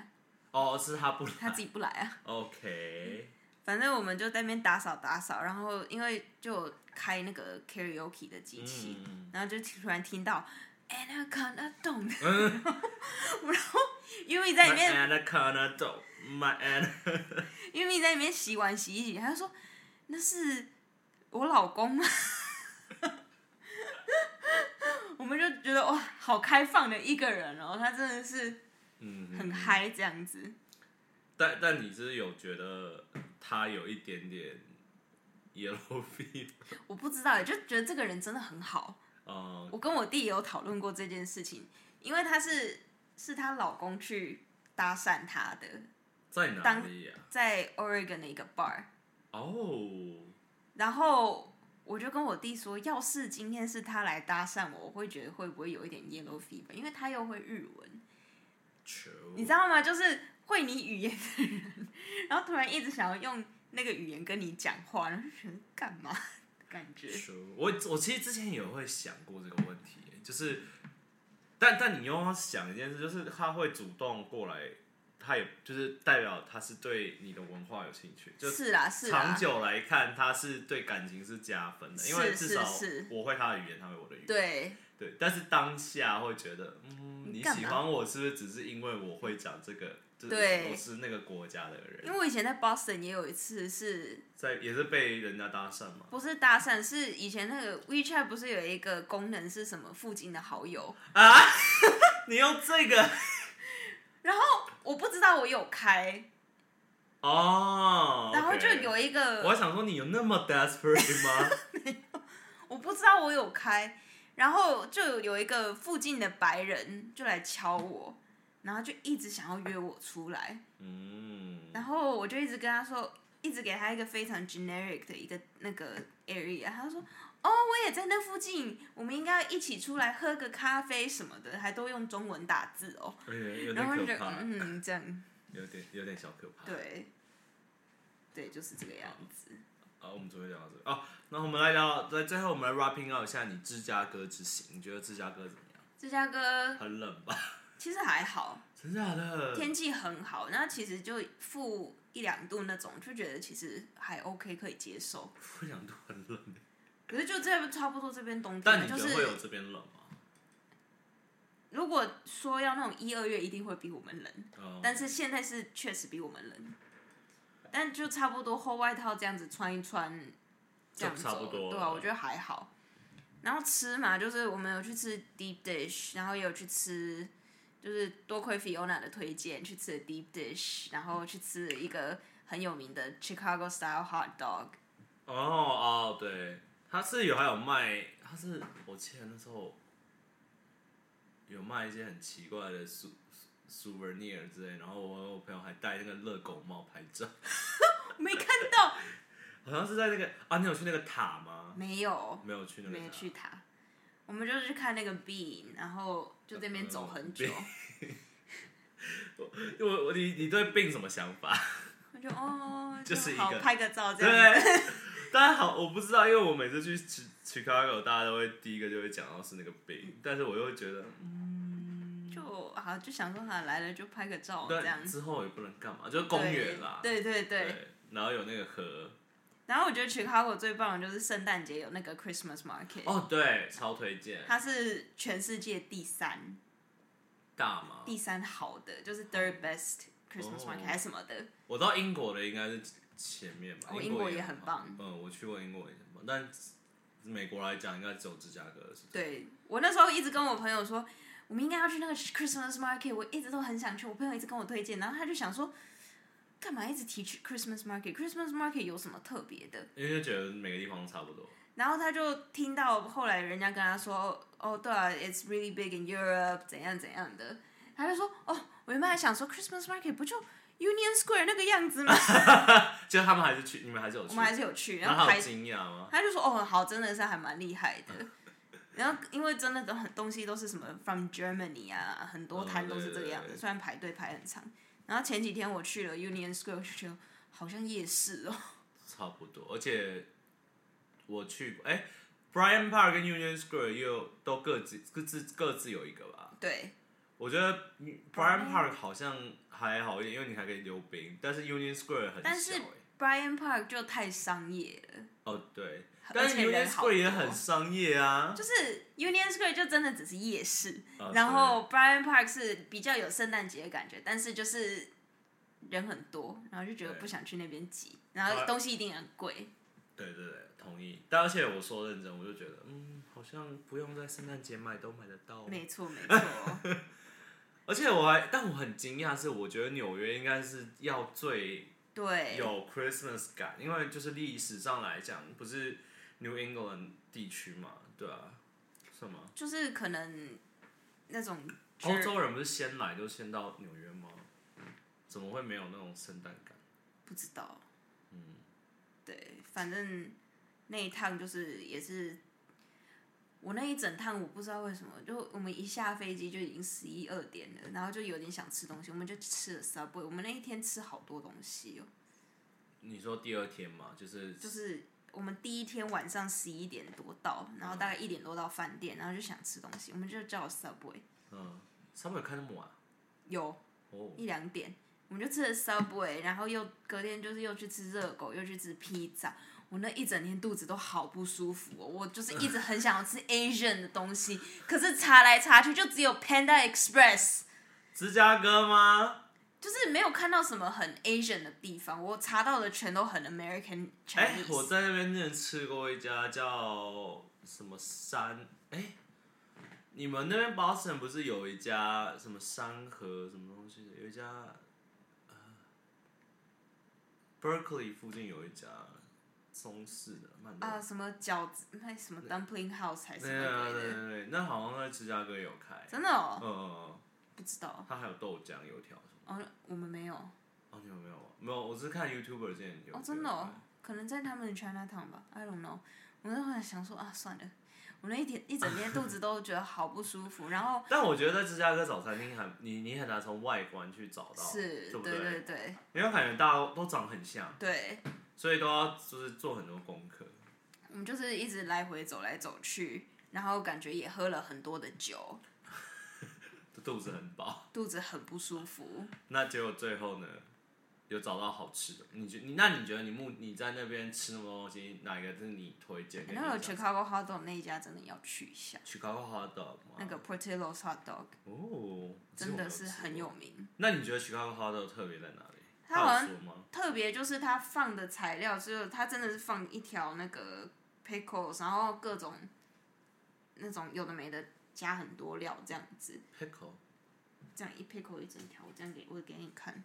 S1: 哦，是他不来。
S2: 他自己不 来啊。
S1: OK，
S2: 反正我们就在那边打扫打扫，然后因为就有开那个 karaoke 的机器，
S1: 嗯，
S2: 然后就突然听到哎 Anaconda Don't，、然后 Yumi 在
S1: My
S2: 里面
S1: anaconda dog, my an，
S2: ，Yumi 在里面洗碗洗一洗，他就说那是我老公吗？ 我们就觉得哇，好开放的一个人哦，他真的是
S1: 嗯，
S2: 很。嗨这样子。
S1: 但但你是有觉得他有一点点 yellow fever
S2: 我不知道，就觉得这个人真的很好。
S1: 哦、
S2: 我跟我弟也有讨论过这件事情，因为她是是她老公去搭讪她的，
S1: 在哪
S2: 当
S1: 里呀、
S2: 在 Oregon 的一个 bar，
S1: 哦，
S2: 然后我就跟我弟说，要是今天是他来搭讪我，我会觉得会不会有一点 yellow fever，因为他又会日文，
S1: 球，
S2: 你知道吗？就是会你语言的人，然后突然一直想要用那个语言跟你讲话，然后就觉得干嘛？感觉
S1: 球，我我其实之前也会想过这个问题，就是，但但你又要想一件事，就是他会主动过来，他也就是代表他是对你的文化有兴趣， 就是
S2: 啦是啊
S1: 长
S2: 啦，
S1: 久来看，他是对感情是加分的，因为
S2: 是
S1: 至少
S2: 是是
S1: 我会他的语言，他会我的语言。
S2: 对，
S1: 对，但是当下会觉得，嗯，
S2: 你
S1: 你
S2: 干嘛
S1: 喜欢我是不是只是因为我会讲这个？就是
S2: 对
S1: 我是那个国家的人
S2: 因，为我以前在 Boston 也有一次是
S1: 在也是被人家搭讪嘛。
S2: 不是搭讪，是以前那个 WeChat 不是有一个功能是什么附近的好友？
S1: 你用这个
S2: 然后我不知道我有开，
S1: 哦，
S2: 然后就
S1: OK
S2: 有一
S1: 我还
S2: 个
S1: 想说，你有那么 desperate 吗？
S2: 我不知道我有开，然后就有有一个附近的白人就来敲我，然后就一直想要约我出来，
S1: 嗯，
S2: 然后我就一直跟他说，一直给他一个非常 generic 的一个那个 area，他就说。哦，我也在那附近，我们应该要一起出来喝个咖啡什么的，还都用中文打字哦。
S1: 有点哎有点
S2: 然后就
S1: 可
S2: 觉得
S1: 怕，
S2: 嗯，这样
S1: 有点有点小可怕。
S2: 对，对，就是这个样子。
S1: 啊，我们昨天聊到这里哦，那我们来聊，在最后我们来 wrapping up 一下你芝加哥之行，你觉得芝加哥怎么样？
S2: 芝加哥
S1: 很冷吧？
S2: 其实还好，
S1: 真假 的？
S2: 天气很好，那其实就负一两度那种，就觉得其实还 OK 可以接受。
S1: 不想都很冷，
S2: 可是就这边差不多这边冬天
S1: 但
S2: 了，
S1: 你
S2: 就
S1: 觉得会有
S2: 是
S1: 这边冷吗？
S2: 如果说要那种一二月，一定会比我们冷，
S1: 嗯，
S2: 但是现在是确实比我们冷，但就差不多厚外套这样子穿一穿，这样
S1: 就
S2: 子
S1: 差不多了
S2: 对啊，我觉得还好。然后吃嘛，就是我们有去吃 deep dish，然后也有去吃，就是多亏 Fiona 的推荐去吃 deep dish，然后去吃一个很有名的 Chicago style hot dog，
S1: 哦哦，对，它是有还有卖，它是我记得那时候有卖一些很奇怪的 sou souvenir 之类，然后我有朋友还戴那个热狗帽拍照，
S2: 没看到，
S1: 好像是在那个啊，你有去那个塔吗？
S2: 没有，
S1: 没有去那个塔，
S2: 没去它。我们就是去看那个 b e 然后就在那边走很久。
S1: 我我你你对病什么想法？
S2: 我就哦，
S1: 就是一
S2: 好
S1: 个
S2: 拍个照这样子。
S1: 对， 大家好，我不知道，因为我每次去 Chi- Chicago，大家都会第一个就会讲到是那个病，但是我又
S2: 哦
S1: 觉得，
S2: 就好，就想说他来了就拍个照这样
S1: 但
S2: 子。
S1: 之后也不能干嘛，就是公园啦，
S2: 对对对对
S1: 对，然后有那个河，
S2: 然后我觉得 Chicago 最棒的就是圣诞节有那个 Christmas Market，、
S1: 哦，对，超推荐，
S2: 它是全世界第三
S1: 大吗？
S2: 第三好的，就是 third best Christmas
S1: 哦
S2: market、还是什么的。
S1: 我到英国的应该是前面吧，
S2: 哦
S1: 英国
S2: 英国也很
S1: 很
S2: 棒
S1: 嗯，我去过英国也很棒，但美国来讲应该只有芝加哥是最
S2: 对我那时候一直跟我朋友说，我们应该要去那个 Christmas Market，我一直都很想去，我朋友一直跟我推荐，然后他就想说，干嘛一直提去 Christmas Market？Christmas Market 有什么特别的？
S1: 因为就觉得每个地方都差不多，
S2: 然后他就听到后来人家跟他说，哦，对啊，it's really big in Europe，怎样怎样的，他就说，哦，我原本还想说 Christmas market 不就 Union Square 那个样子吗？
S1: 就他们还是去，你们还是有
S2: 我
S1: 去
S2: 们，还是有去，
S1: 然
S2: 然
S1: 后
S2: 后
S1: 还
S2: 还
S1: 有惊讶吗？
S2: 他就说，哦，好，真的是还蛮厉害的。然后因为真的都很东西都是什么 from Germany 啊，很多
S1: 哦
S2: 摊都
S1: 对
S2: 是这个
S1: 对
S2: 样子，
S1: 对
S2: 虽然排队排很长。然后前几天我去了 Union Square，我就觉得好像夜市哦、
S1: 差不多。而且我去过，哎、b r y a n Park 跟 Union Square 又都各自各自各自有一个吧。
S2: 对，
S1: 我觉得
S2: 哦
S1: Brian Park 好像还好一点，因为你还可以溜冰，但是 Union Square 很小、欸。
S2: 但是 Brian Park 就太商业了，
S1: 哦，对，
S2: 而
S1: 但是
S2: 且
S1: Union
S2: 人好多
S1: Square 也很商业啊。
S2: 就是 Union Square 就真的只是夜市，
S1: 啊
S2: 然后 Brian Park 是比较有圣诞节的感觉，但是就是人很多，然后就觉得
S1: 对
S2: 不想去那边挤，然后东西一定很贵。
S1: 对对对，同意。但而且我说认真，我就觉得，嗯，好像不用在圣诞节买都买得到。
S2: 没 错，没错。
S1: 而且我还，但我很惊讶是，我觉得纽约应该是要最
S2: 对，
S1: 有 Christmas 感，因为就是历史上来讲，不是 New England 地区嘛，对啊，什么？
S2: 就是可能那种
S1: 欧洲人不是先来就先到纽约吗？嗯怎么会没有那种圣诞感？
S2: 不知道，嗯，对，反正那一趟就是也是我那一整趟，我不知道为什么，就我们一下飞机就已经十一二点了，然后就有点想吃东西，我们就吃了 Subway，我们那一天吃好多东西哦，
S1: 你说第二天嘛，就是
S2: 就是。我们第一天晚上十一点多到，然后大概一点多到饭店，然后就想吃东西，我们就叫了 Subway，
S1: 嗯，稍微开那么晚
S2: 有
S1: 哦，
S2: 一两点，我们就吃了 Subway，然后又隔天就是又去吃热狗，又去吃披萨。我那一整天肚子都好不舒服哦，我就是一直很想要吃 Asian 的东西，可是查来查去就只有 Panda Express，
S1: 芝加哥吗？
S2: 就是没有看到什么很 Asian 的地方。我查到的全都很 American
S1: 哎、
S2: Chinese，、
S1: 我在那边真的吃过一家叫什么山？哎、你们那边 Boston 不是有一家什么山河什么东西的？有一家、呃 Berkeley 附近有一家中式的曼德
S2: 啊什么饺子，那什么 Dumpling House 还是
S1: 对
S2: 什
S1: 对
S2: 么鬼
S1: 对
S2: 的，
S1: 对对，那好像在芝加哥有开，
S2: 真的哦，
S1: 嗯，
S2: 不知道
S1: 它还有豆浆油条什么。
S2: 哦，我们没有哦，
S1: 哦，你有没有？没有，我是看 YouTuber 之前有。
S2: 真的哦。，可能在他们的 China Town 吧，I don't know。我那会儿想说啊，算了，我那一天一整天肚子都觉得好不 舒服，然后
S1: 但我觉得在芝加哥早餐厅很，你你很难从外观去找到，
S2: 是，
S1: 对不
S2: 对对对
S1: 因为感觉大家都长很像，
S2: 对，
S1: 所以都要就是做很多功课。
S2: 我们就是一直来回走来走去，然后感觉也喝了很多的酒，
S1: 肚子很饱，
S2: 肚子很不舒服。
S1: 那结果最后呢，有找到好吃的。你觉你那你觉得你目你在那边吃那么多东西，哪一个是你推荐给你
S2: 那
S1: 想
S2: 个
S1: 吃？
S2: Chicago hot dog 那一家真的要去一下，
S1: Chicago hot dog 吗？
S2: 那个 Portillo's hot dog
S1: 哦，这个我
S2: 真
S1: 没
S2: 的
S1: 有
S2: 是
S1: 吃
S2: 很
S1: 过
S2: 有名。
S1: 那你觉得 Chicago hot dog 特别在哪里？
S2: 它好像
S1: 有说吗？
S2: 特别就是它放的材料，就是它真的是放一条那个 pickles，然后各种那种有的没的加很多料这样子，
S1: pickle，
S2: 这样一 pickle 一整条，我这样给我给你看。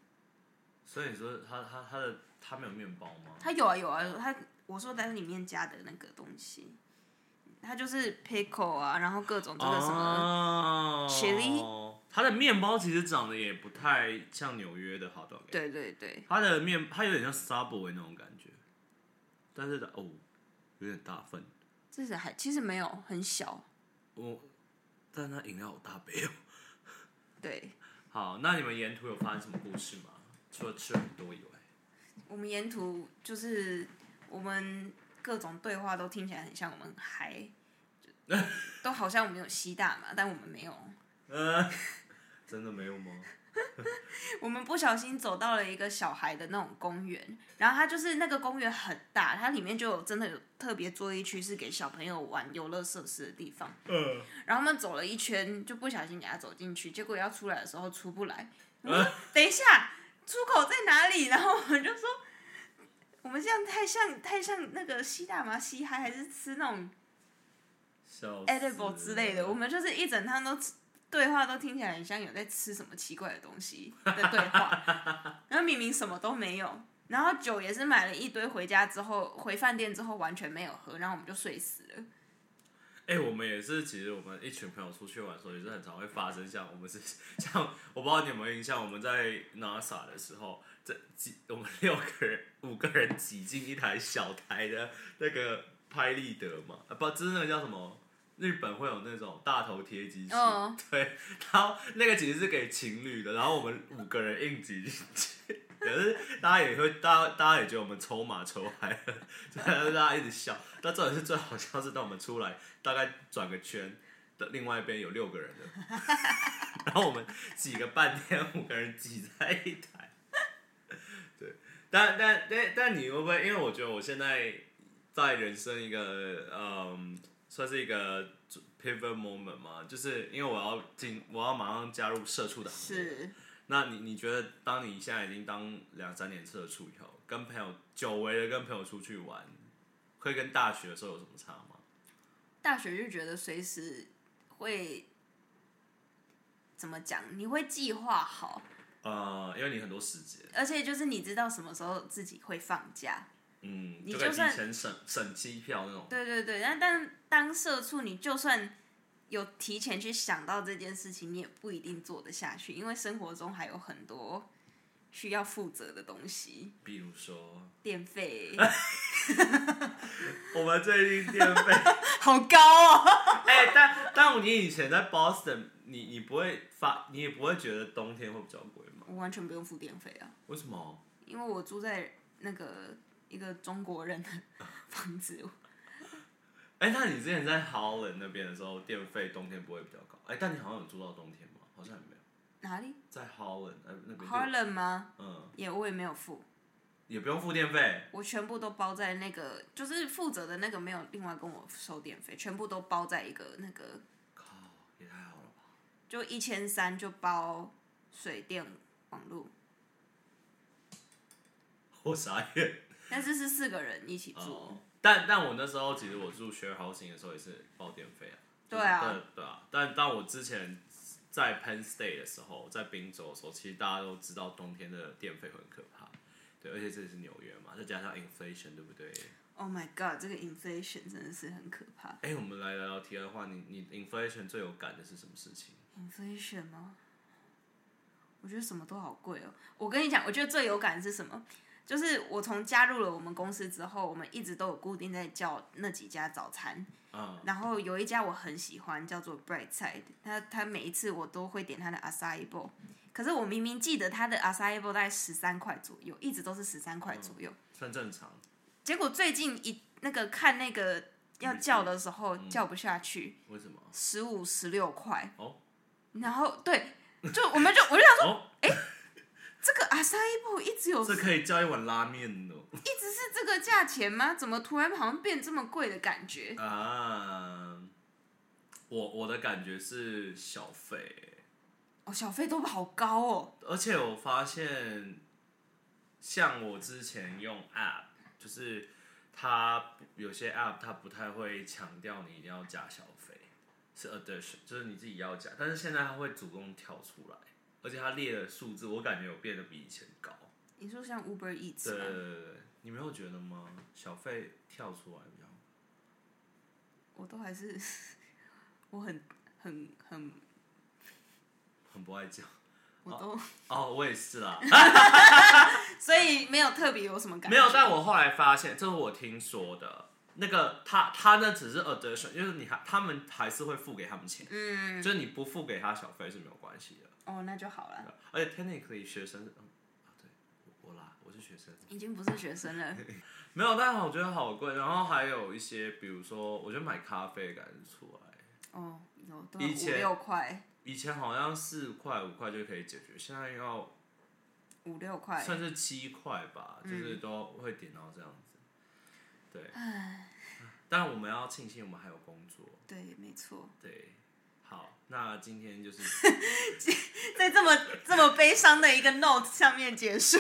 S1: 所以你说它它它的它没有面包吗？
S2: 它有啊有啊，有它我说它是里面加的那个东西，它就是 pickle 啊，然后各种这个什么，
S1: 哦
S2: chili
S1: 它的面包其实长得也不太像纽约的好 o
S2: 对对对，
S1: 它的面它有点像 Subway 那种感觉，但是它哦有点大份，
S2: 这是还其实没有很小，
S1: 我、但它饮料好大杯哦。
S2: 对
S1: 好，那你们沿途有发生什么故事吗？除了吃很多以外，
S2: 我们沿途就是我们各种对话都听起来很像我们很嗨，就都好像我们有吸大麻，但我们没有。
S1: 呃，真的没有吗？
S2: 我们不小心走到了一个小孩的那种公园，然后它就是那个公园很大，它里面就有真的有特别做一区是给小朋友玩游乐设施的地方。
S1: 呃，
S2: 然后他们走了一圈，就不小心给他走进去，结果要出来的时候出不来。我们说等一下，出口在哪里？然后我们就说，我们这样太像太像那个吸大麻吸嗨，还是吃那种
S1: 笑死
S2: edible 之类的。我们就是一整趟都吃对话都听起来很像有在吃什么奇怪的东西的对话，然后明明什么都没有。然后酒也是买了一堆回家之后，回饭店之后完全没有喝，然后我们就睡死了。
S1: 哎、我们也是，其实我们一群朋友出去玩的时候，也是很常会发生像我们是像我不知道你有没有印象，我们在 NASA 的时候，这几我们六个人五个人挤进一台小台的那个拍立得嘛，啊不，就是那个叫什么日本会有那种大头贴机器
S2: 哦
S1: 对，然后那个其实是给情侣的，然后我们五个人应急进去，可是大家也会，大家大家也觉得我们抽马抽嗨了， 所以大家一直笑。但重点是最好笑是，当我们出来大概转个圈的另外一边有六个人的， 然后我们挤个半天，五个人挤在一台。对，但但但但你会不会？因为我觉得我现在在人生一个嗯，算是一个 pivot moment 嘛，就是因为我要进，我要马上加入社畜的行列。
S2: 是
S1: 那你你觉得，当你现在已经当两三年社畜以后，跟朋友久违的跟朋友出去玩，会跟大学的时候有什么差吗？
S2: 大学就觉得随时会怎么讲，你会计划好，
S1: 呃，因为你很多时节，
S2: 而且就是你知道什么时候自己会放假。
S1: 嗯，
S2: 你
S1: 可以
S2: 就
S1: 提
S2: 算
S1: 前省省机票那种。
S2: 对对对，但但当社畜，你就算有提前去想到这件事情，你也不一定做得下去，因为生活中还有很多需要负责的东西，
S1: 比如说，
S2: 电费
S1: 我们最近电 费，
S2: 好高哦。
S1: 哎、但但你以前在 Boston，你你不会发，你也不会觉得冬天会比较贵吗？
S2: 我完全不用付电费啊，
S1: 为什么？
S2: 因为我住在那个一个中国人的房子，
S1: 哎、那你之前在 Holland 那边的时候，电费冬天不会比较高？哎、但你好像有住到冬天吗？好像也没有，
S2: 哪里
S1: 在 Holland 哎、那边就
S2: Harlem 吗？
S1: 嗯，
S2: 也我也没有付，
S1: 也不用付电费。
S2: 我全部都包在那个，就是负责的那个没有另外跟我收电费，全部都包在一个那个
S1: 靠，也太好了吧！
S2: 就一千三就包水电网络，
S1: 我傻眼。
S2: 但是是四个人一起住。
S1: 哦，但但我那时候其实我住 share housing 的时候也是报电费啊。
S2: 对啊
S1: 就是对对啊。但但我之前在 Penn State 的时候，在宾州的时候，其实大家都知道冬天的电费很可怕。对，而且这里是纽约嘛，再加上 inflation，对不对？
S2: Oh my god，这个 inflation 真的是很可怕。
S1: 哎、我们来聊聊题外话，你你 inflation 最有感的是什么事情？
S2: inflation 吗？我觉得什么都好贵哦。我跟你讲，我觉得最有感的是什么？就是我从加入了我们公司之后，我们一直都有固定在叫那几家早餐，
S1: 嗯，
S2: 然后有一家我很喜欢，叫做 Brightside，它它每一次我都会点它的 acai bowl，可是我明明记得它的 acai bowl 大概十三块左右，一直都是十三块左右。
S1: 算正常。
S2: 结果最近一那个看那个要叫的时候叫不下去，
S1: 为什么？
S2: 十五十六块。
S1: 哦
S2: 然后对，就我们就我就想说，
S1: 哦，
S2: 这个阿萨伊布一直有，
S1: 这
S2: 一
S1: 可以叫一碗拉面哦的
S2: 直是这个价钱吗？怎么突然好像变这么贵的感觉？
S1: 啊！我我的感觉是小费，
S2: 哦，小费都好高哦。
S1: 而且我发现，像我之前用 App，就是它有些 App 它不太会强调你一定要加小费，是 addition，就是你自己要加，但是现在它会主动跳出来，而且它列的数字我感觉有变得比以前高。
S2: 你说像 Uber Eats
S1: 对对
S2: 吗？
S1: 对对，你没有觉得吗？小费跳出来比较好。
S2: 我都还是 我很很很，
S1: 很不爱讲。
S2: 我都、
S1: 哦，我也是啦，
S2: 所以没有特别有什么感
S1: 没
S2: 觉。
S1: 有。但我后来发现，这是我听说的。那个他他那只是 addition，就是你还他们还是会付给他们钱，
S2: 嗯，
S1: 就是你不付给他小费是没有关系的。
S2: 哦，那就好了，
S1: 而且 technically 学生，嗯，啊对，我我啦，我是学生，
S2: 已经不是学生了。
S1: 没有，但是我觉得好贵。然后还有一些，比如说，我觉得买咖啡的感觉出来，
S2: 哦，有都要
S1: 以
S2: 五
S1: 前
S2: 六块，
S1: 以前好像四块五块就可以解决，现在要
S2: 五六块。
S1: 算是七块吧，就是都会点到这样子。对，但我们要庆幸我们还有工作。
S2: 对，没错。
S1: 对，好，那今天就是
S2: 在这么这么悲伤的一个 note 上面结束，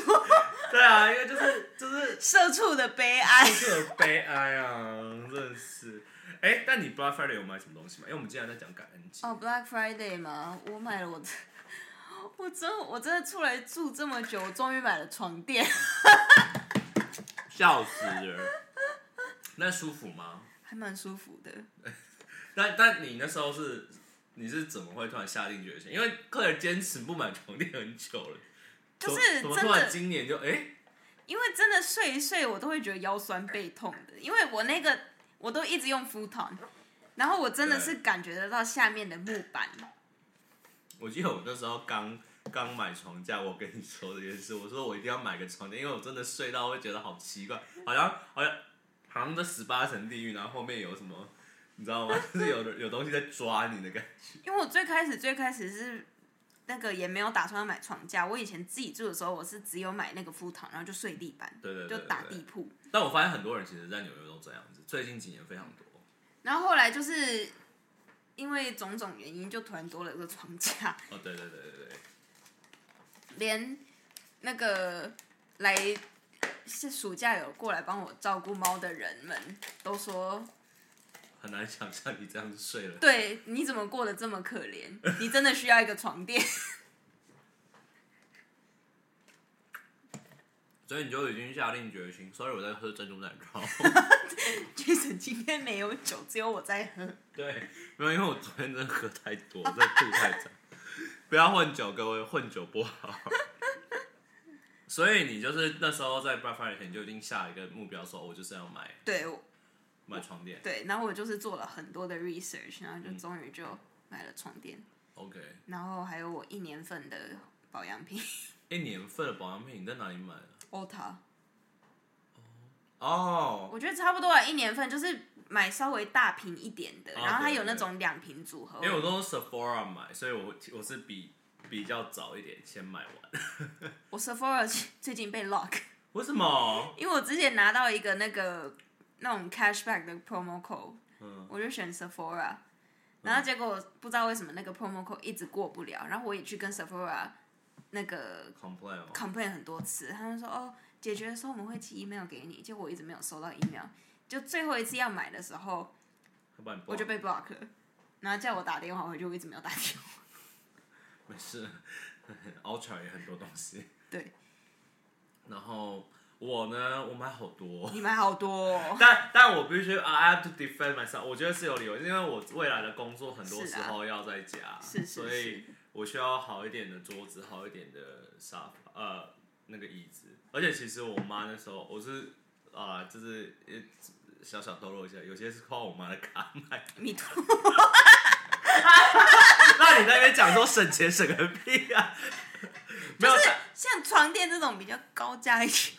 S1: 对啊，因为就是就是
S2: 社畜的悲哀。
S1: 这个悲哀啊，真的是。哎、但你 Black Friday 有买什么东西吗？因为我们今天在讲感恩节。
S2: 哦、b l a c k Friday 吗？我买了我的，我真我真的出来住这么久，我终于买了床垫，
S1: 笑死人。那舒服吗？
S2: 还蛮舒服的。
S1: 但但你那时候是你是怎么会突然下定决心？因为客人坚持不买床垫很久了，
S2: 就是
S1: 怎么
S2: 真
S1: 突然
S2: 的，
S1: 今年就哎、
S2: 因为真的睡一睡，我都会觉得腰酸背痛的，因为我那个我都一直用 futon，然后我真的是感觉得到下面的木板，
S1: 我记得我那时候刚刚买床架，我跟你说这件事，我说我一定要买个床架，因为我真的睡到会觉得好奇怪，好像好像好像这十八层地狱，然后后面有什么，你知道吗？ 就是有有东西在抓你的感觉。
S2: 因为我最开始最开始是那个也没有打算要买床架，我以前自己住的时候，我是只有买那个敷躺，然后就睡地板，
S1: 对对对
S2: 就打
S1: 对对
S2: 地铺。
S1: 但我发现很多人其实，在纽约都这样子，最近几年非常多。
S2: 然后后来就是因为种种原因，就突然多了个床架，
S1: 哦，对对对对对，
S2: 连那个来是暑假有过来帮我照顾猫的人们都说，
S1: 很难想象你这样睡了。
S2: 对，你怎么过得这么可怜？你真的需要一个床垫。
S1: 所以你就已经下定决心。所以我在喝珍珠奶茶。
S2: Jason 今天没有酒，只有我在喝。
S1: 对，没有，因为我昨天真的喝太多，真的吐太早。 不要混酒，各位，混酒不好。 所以你就是那时候在 Black Friday 前你就已经下一个目标，说我就是要买
S2: 对我
S1: 买床垫。
S2: 对，然后我就是做了很多的 research，然后
S1: 嗯
S2: 就终于就买了床垫，
S1: OK，
S2: 然后还有我一年份的保 养品
S1: 一年份的保养品你在哪里买的？
S2: OTA，
S1: 哦、
S2: 我觉得差不多啊，一年份就是买稍微大瓶一点的，
S1: 哦
S2: 然后它
S1: 对
S2: 有那
S1: 对
S2: 种两瓶组合，
S1: 因为我都是 Sephora 买，所以我我是比比较早一点先买完。
S2: 我 Sephora 最 近被 lock，
S1: 为什么？
S2: 因为我之前拿到一个那个那种 cashback 的 promo code，
S1: 嗯，
S2: 我就选 Sephora，然后结果我不知道为什么那个 promo code 一直过不了，然后我也去跟 Sephora 那个
S1: complain 哦。
S2: complain 很多次，他们说哦，解决的时候我们会寄 email 给你，结果我一直没有收到 emael，就最后一次要买的时候
S1: 他把你
S2: 我就
S1: block
S2: 被 block 了，然后叫我打电话回去，我一直没有打电 话。
S1: 没事 ，Ultra 也很多东西。
S2: 对
S1: 然后我呢，我买好多，
S2: 你买好多、哦，
S1: 但但我必须呃 I have to defend myself，我觉得是有理由，因为我未来的工作很多时候要在家，
S2: 啊是是
S1: 所以我需要好一点的桌子，好一点的沙发，呃，那个椅子。而且其实我妈那时候，我是啊、就是呃小小透露一下，有些是靠我妈的卡买 的。
S2: 你吐，
S1: 那你在那边讲说省钱省个屁啊！ 没有，但
S2: 像床垫这种比较高价一点，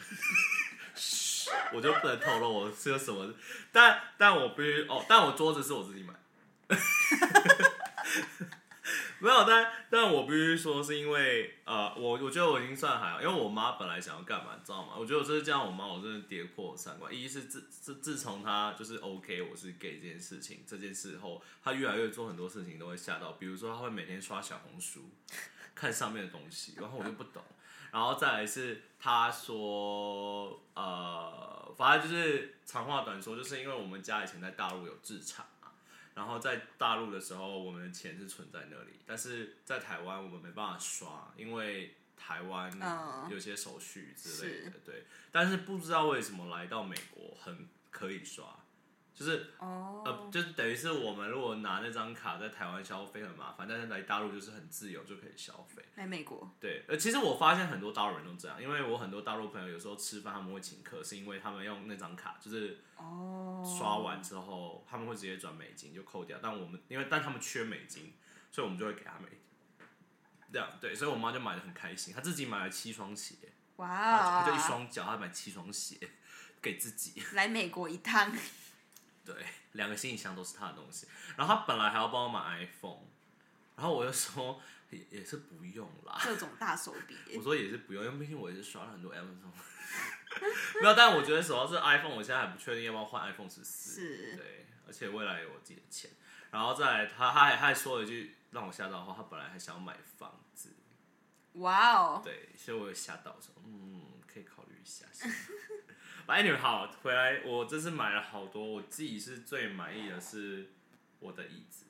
S1: 我就不能透露我是有什么，但但我必须哦，但我桌子是我自己买， 没有，但但我必须说是因为呃，我我觉得我已经算还好，因为我妈本来想要干嘛，你知道吗？我觉得我这次见到我妈，我真的跌破我三观。一是自自自从她就是 OK 我是 gay 这件事情这件事后，她越来越做很多事情都会吓到，比如说她会每天刷小红书看上面的东西，然后我就不懂。然后再来是他说，呃，反正就是长话短说，就是因为我们家以前在大陆有制厂嘛，然后在大陆的时候，我们的钱是存在那里，但是在台湾我们没办法刷，因为台湾
S2: 嗯
S1: 有些手续之类的，
S2: 是
S1: 对。但是不知道为什么来到美国很可以刷，就是
S2: 哦、
S1: 呃，就是等于是我们如果拿那张卡在台湾消费很麻烦，但是来大陆就是很自由就可以消费。
S2: 来美国，
S1: 对，呃，其实我发现很多大陆人都这样，因为我很多大陆朋友有时候吃饭他们会请客，是因为他们用那张卡，就是
S2: 哦、
S1: 刷完之后他们会直接转美金就扣掉，但我们因为但他们缺美金，所以我们就会给他美金。这样对，所以我妈就买的很开心，她自己买了七双鞋，她
S2: 哇，
S1: 啊就一双脚，她买七双鞋给自己。
S2: 来美国一 趟，
S1: 对，两个行李箱都是他的东西。然后他本来还要帮我买 iPhone，然后我就说也也是不用啦，
S2: 各种大手笔耶、
S1: 我说也是不用，因为毕竟我也是刷了很多 Amazon。没有，但我觉得主要是 iPhone，我现在还不确定要不要换 iPhone 十四。
S2: 是
S1: 对，而且未来有我自己的钱。然后再来，他他还他还说了一句让我吓到的话，他本来还想要买房子，
S2: 哇哦，
S1: 对，所以我有吓到说，嗯，可以考虑一下。 反正 anyway 好，回来我这次买了好多，我自己是最满意的是我的椅子，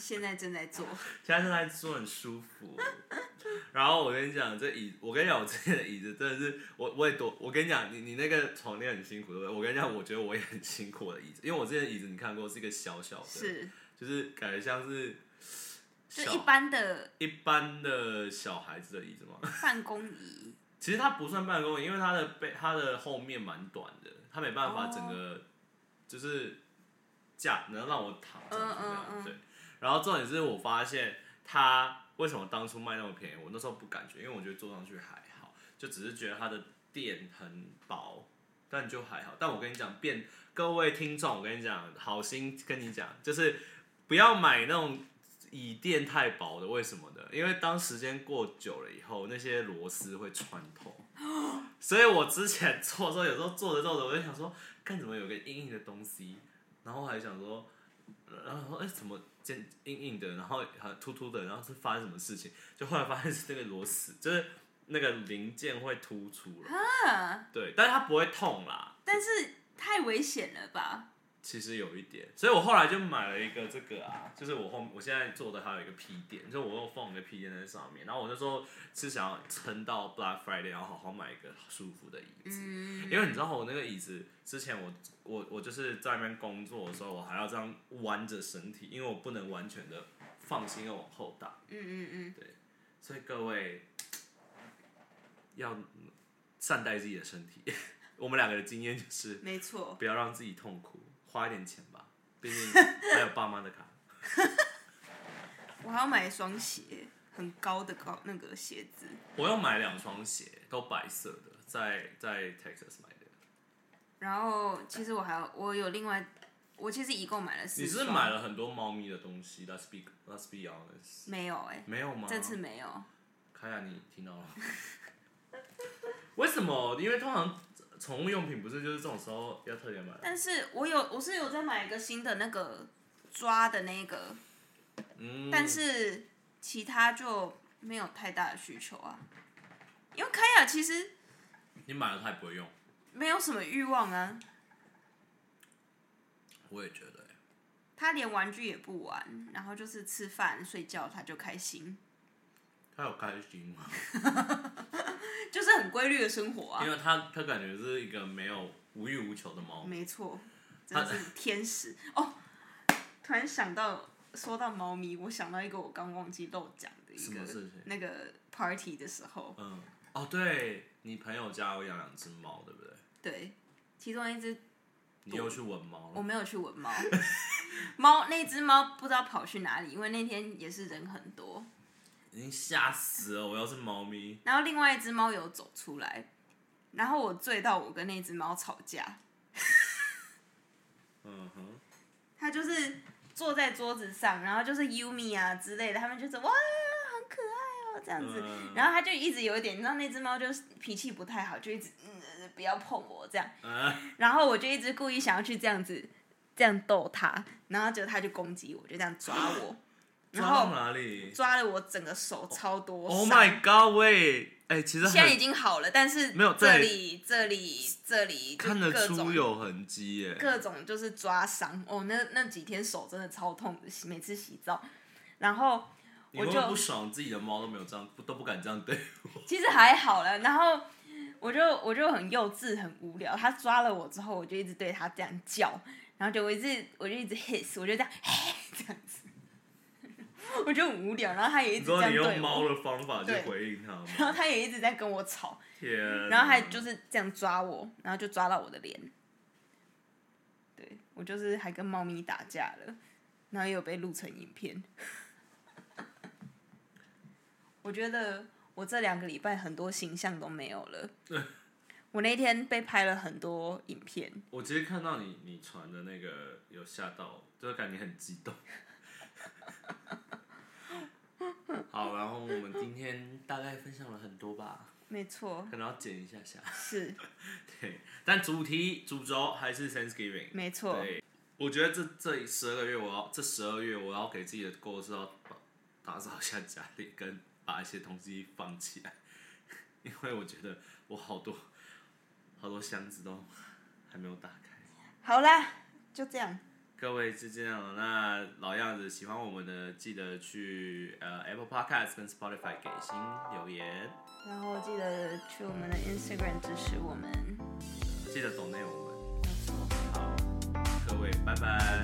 S2: 现在正在做，
S1: 现在正在坐很舒服。然后我跟你讲，这椅，我跟你讲，我之前的椅子真的是，我我也多，我跟你讲，你你那个床垫很辛苦，对不对？我跟你讲，我觉得我也很辛苦我的椅子，因为我之前的椅子你看过是一个小小的，
S2: 是
S1: 就是感觉像是
S2: 就
S1: 小
S2: 一般的
S1: 一般的小孩子的椅子嘛。
S2: 办公椅，
S1: 其实它不算办公椅，因为它的背它的后面蛮短的，它没办法
S2: 哦
S1: 整个就是架，能让我躺着
S2: 嗯
S1: 怎么样？
S2: 嗯嗯
S1: 对。然后重点是我发现他为什么当初卖那么便宜，我那时候不感觉，因为我觉得坐上去还好，就只是觉得它的垫很薄，但就还好。但我跟你讲，变各位听众，我跟你讲，好心跟你讲，就是不要买那种。椅垫太薄的，为什么的？因为当时间过久了以后，那些螺丝会穿透。所以我之前做的时候，有时候做着做着，我就想说，看怎么有个硬硬的东西，然后还想说，然后说哎、怎么尖硬硬的，然后还凸凸的，然后是发生什么事情？就后来发现是那个螺丝，就是那个零件会突出了，
S2: 啊，
S1: 对，但是它不会痛啦，
S2: 但是太危险了吧？
S1: 其实有一点，所以我后来就买了一个这个啊，就是我后我现在做的还有一个皮垫，就我又放一个皮垫在上面，然后我那时候是想要撑到 Black Friday，然后好好买一个舒服的椅子，
S2: 嗯，
S1: 因为你知道我那个椅子，之前我我我就是在那边工作的时候，我还要这样弯着身体，因为我不能完全的放心的往后倒。
S2: 嗯嗯嗯，
S1: 所以各位要善待自己的身体。 我们两个的经验就是
S2: 没错，
S1: 不要让自己痛苦，花一点钱吧，毕竟还有爸妈的卡。
S2: 我还要买一双鞋，很高的高那个鞋子，
S1: 我要买两双鞋，都白色的，在在 Texas 买的。
S2: 然后其实我还要我有另外，我其实一共买了四
S1: 你是
S2: 双，
S1: 买了很多猫咪的东西，Let's be Let's be honest，
S2: 没有哎、
S1: 没有吗？
S2: 这次没有，
S1: 凯亚，你听到了吗？ 为什么？因为通常宠物用品不是就是这种时候要特别买，
S2: 但是我有我是有在买一个新的那个抓的那个，
S1: 嗯，
S2: 但是其他就没有太大的需求啊，因为凯雅其实
S1: 你买了它也不会用，
S2: 没有什么欲望啊，
S1: 我也觉得欸、
S2: 他连玩具也不玩，然后就是吃饭睡觉他就开心，
S1: 它有开心吗？
S2: 就是很规律的生活 啊
S1: 因，为它它感觉是一个没有无欲无求的猫，
S2: 没错，真的是天使哦。突然想到，说到猫咪，我想到一个我刚忘记漏讲的一
S1: 什么
S2: 个
S1: 事情
S2: 那个 party 的时候，
S1: 嗯，哦，对你朋友家有养两只猫，对不对？
S2: 对，其中一只
S1: 你又去闻猫
S2: 我
S1: 了，
S2: 没有去 闻猫，猫那只猫不知道跑去哪里，因为那天也是人很多。
S1: 已经吓死了！我要是猫咪，
S2: 然后另外一只猫有走出来，然后我醉到我跟那只猫吵架，
S1: 嗯哼，
S2: 它就是坐在桌子上，然后就是 Yumi 啊之类的，他们就是哇很可爱哦这样子，
S1: 嗯
S2: 然后它就一直有一点，你知道那只猫就是脾气不太好，就一直、嗯、呃不要碰我这样，
S1: 嗯，
S2: 然后我就一直故意想要去这样子这样逗它，然后结果它就攻击我，就这样抓我，然
S1: 抓
S2: 后
S1: 到。哪里
S2: 抓了我整个手超多
S1: ？Oh
S2: 伤
S1: my god！喂，哎、其实
S2: 现在已
S1: 很
S2: 经好了，但是
S1: 没有
S2: 这
S1: 在
S2: 里这里这里就
S1: 看得
S2: 各
S1: 出
S2: 种
S1: 有痕迹耶、
S2: 各种就是抓伤哦，那那几天手真的超痛的，洗每次洗澡，然后
S1: 你会
S2: 我
S1: 不会
S2: 就
S1: 不爽自己的猫都没有这样，不都不敢这样对我？
S2: 其实还好了，然后我就我就很幼稚很无聊，他抓了我之后，我就一直对他这样叫，然后就我一直我就一直 hiss，我就这样这样子，我就很无聊，然后他也一
S1: 你
S2: 直这样
S1: 说你
S2: 对
S1: 用猫
S2: 我，
S1: 的方法去
S2: 对
S1: 回应它吗？
S2: 然后他也一直在跟我吵，
S1: 天哪，
S2: 然后还就是这样抓我，然后就抓到我的脸。对我就是还跟猫咪打架了，然后也有被录成影片。我觉得我这两个礼拜很多形象都没有 了。我那天被拍了很多影片，
S1: 我其实看到你你传的那个有吓到，就是感觉很激动。好，然后我们今天大概分享了很多吧，
S2: 没错，
S1: 可能要剪一下下。
S2: 是
S1: 对，但主题主轴还是 Thanksgiving。
S2: 没错，
S1: 对，我觉得这这十二个月，我要这十二月我要给自己的 goal 是要把打扫一下家里，跟把一些东西放起来，因为我觉得我好多好多箱子都还没有打开。
S2: 好啦，就这样，
S1: 各位是这样的，那老样子，喜欢我们的记得去呃 Apple Podcast 跟 Spotify 给星留言，
S2: 然后记得去我们的 Instagram 支持我们，
S1: 记得懂内我们。
S2: 没错。
S1: 好，各位拜拜。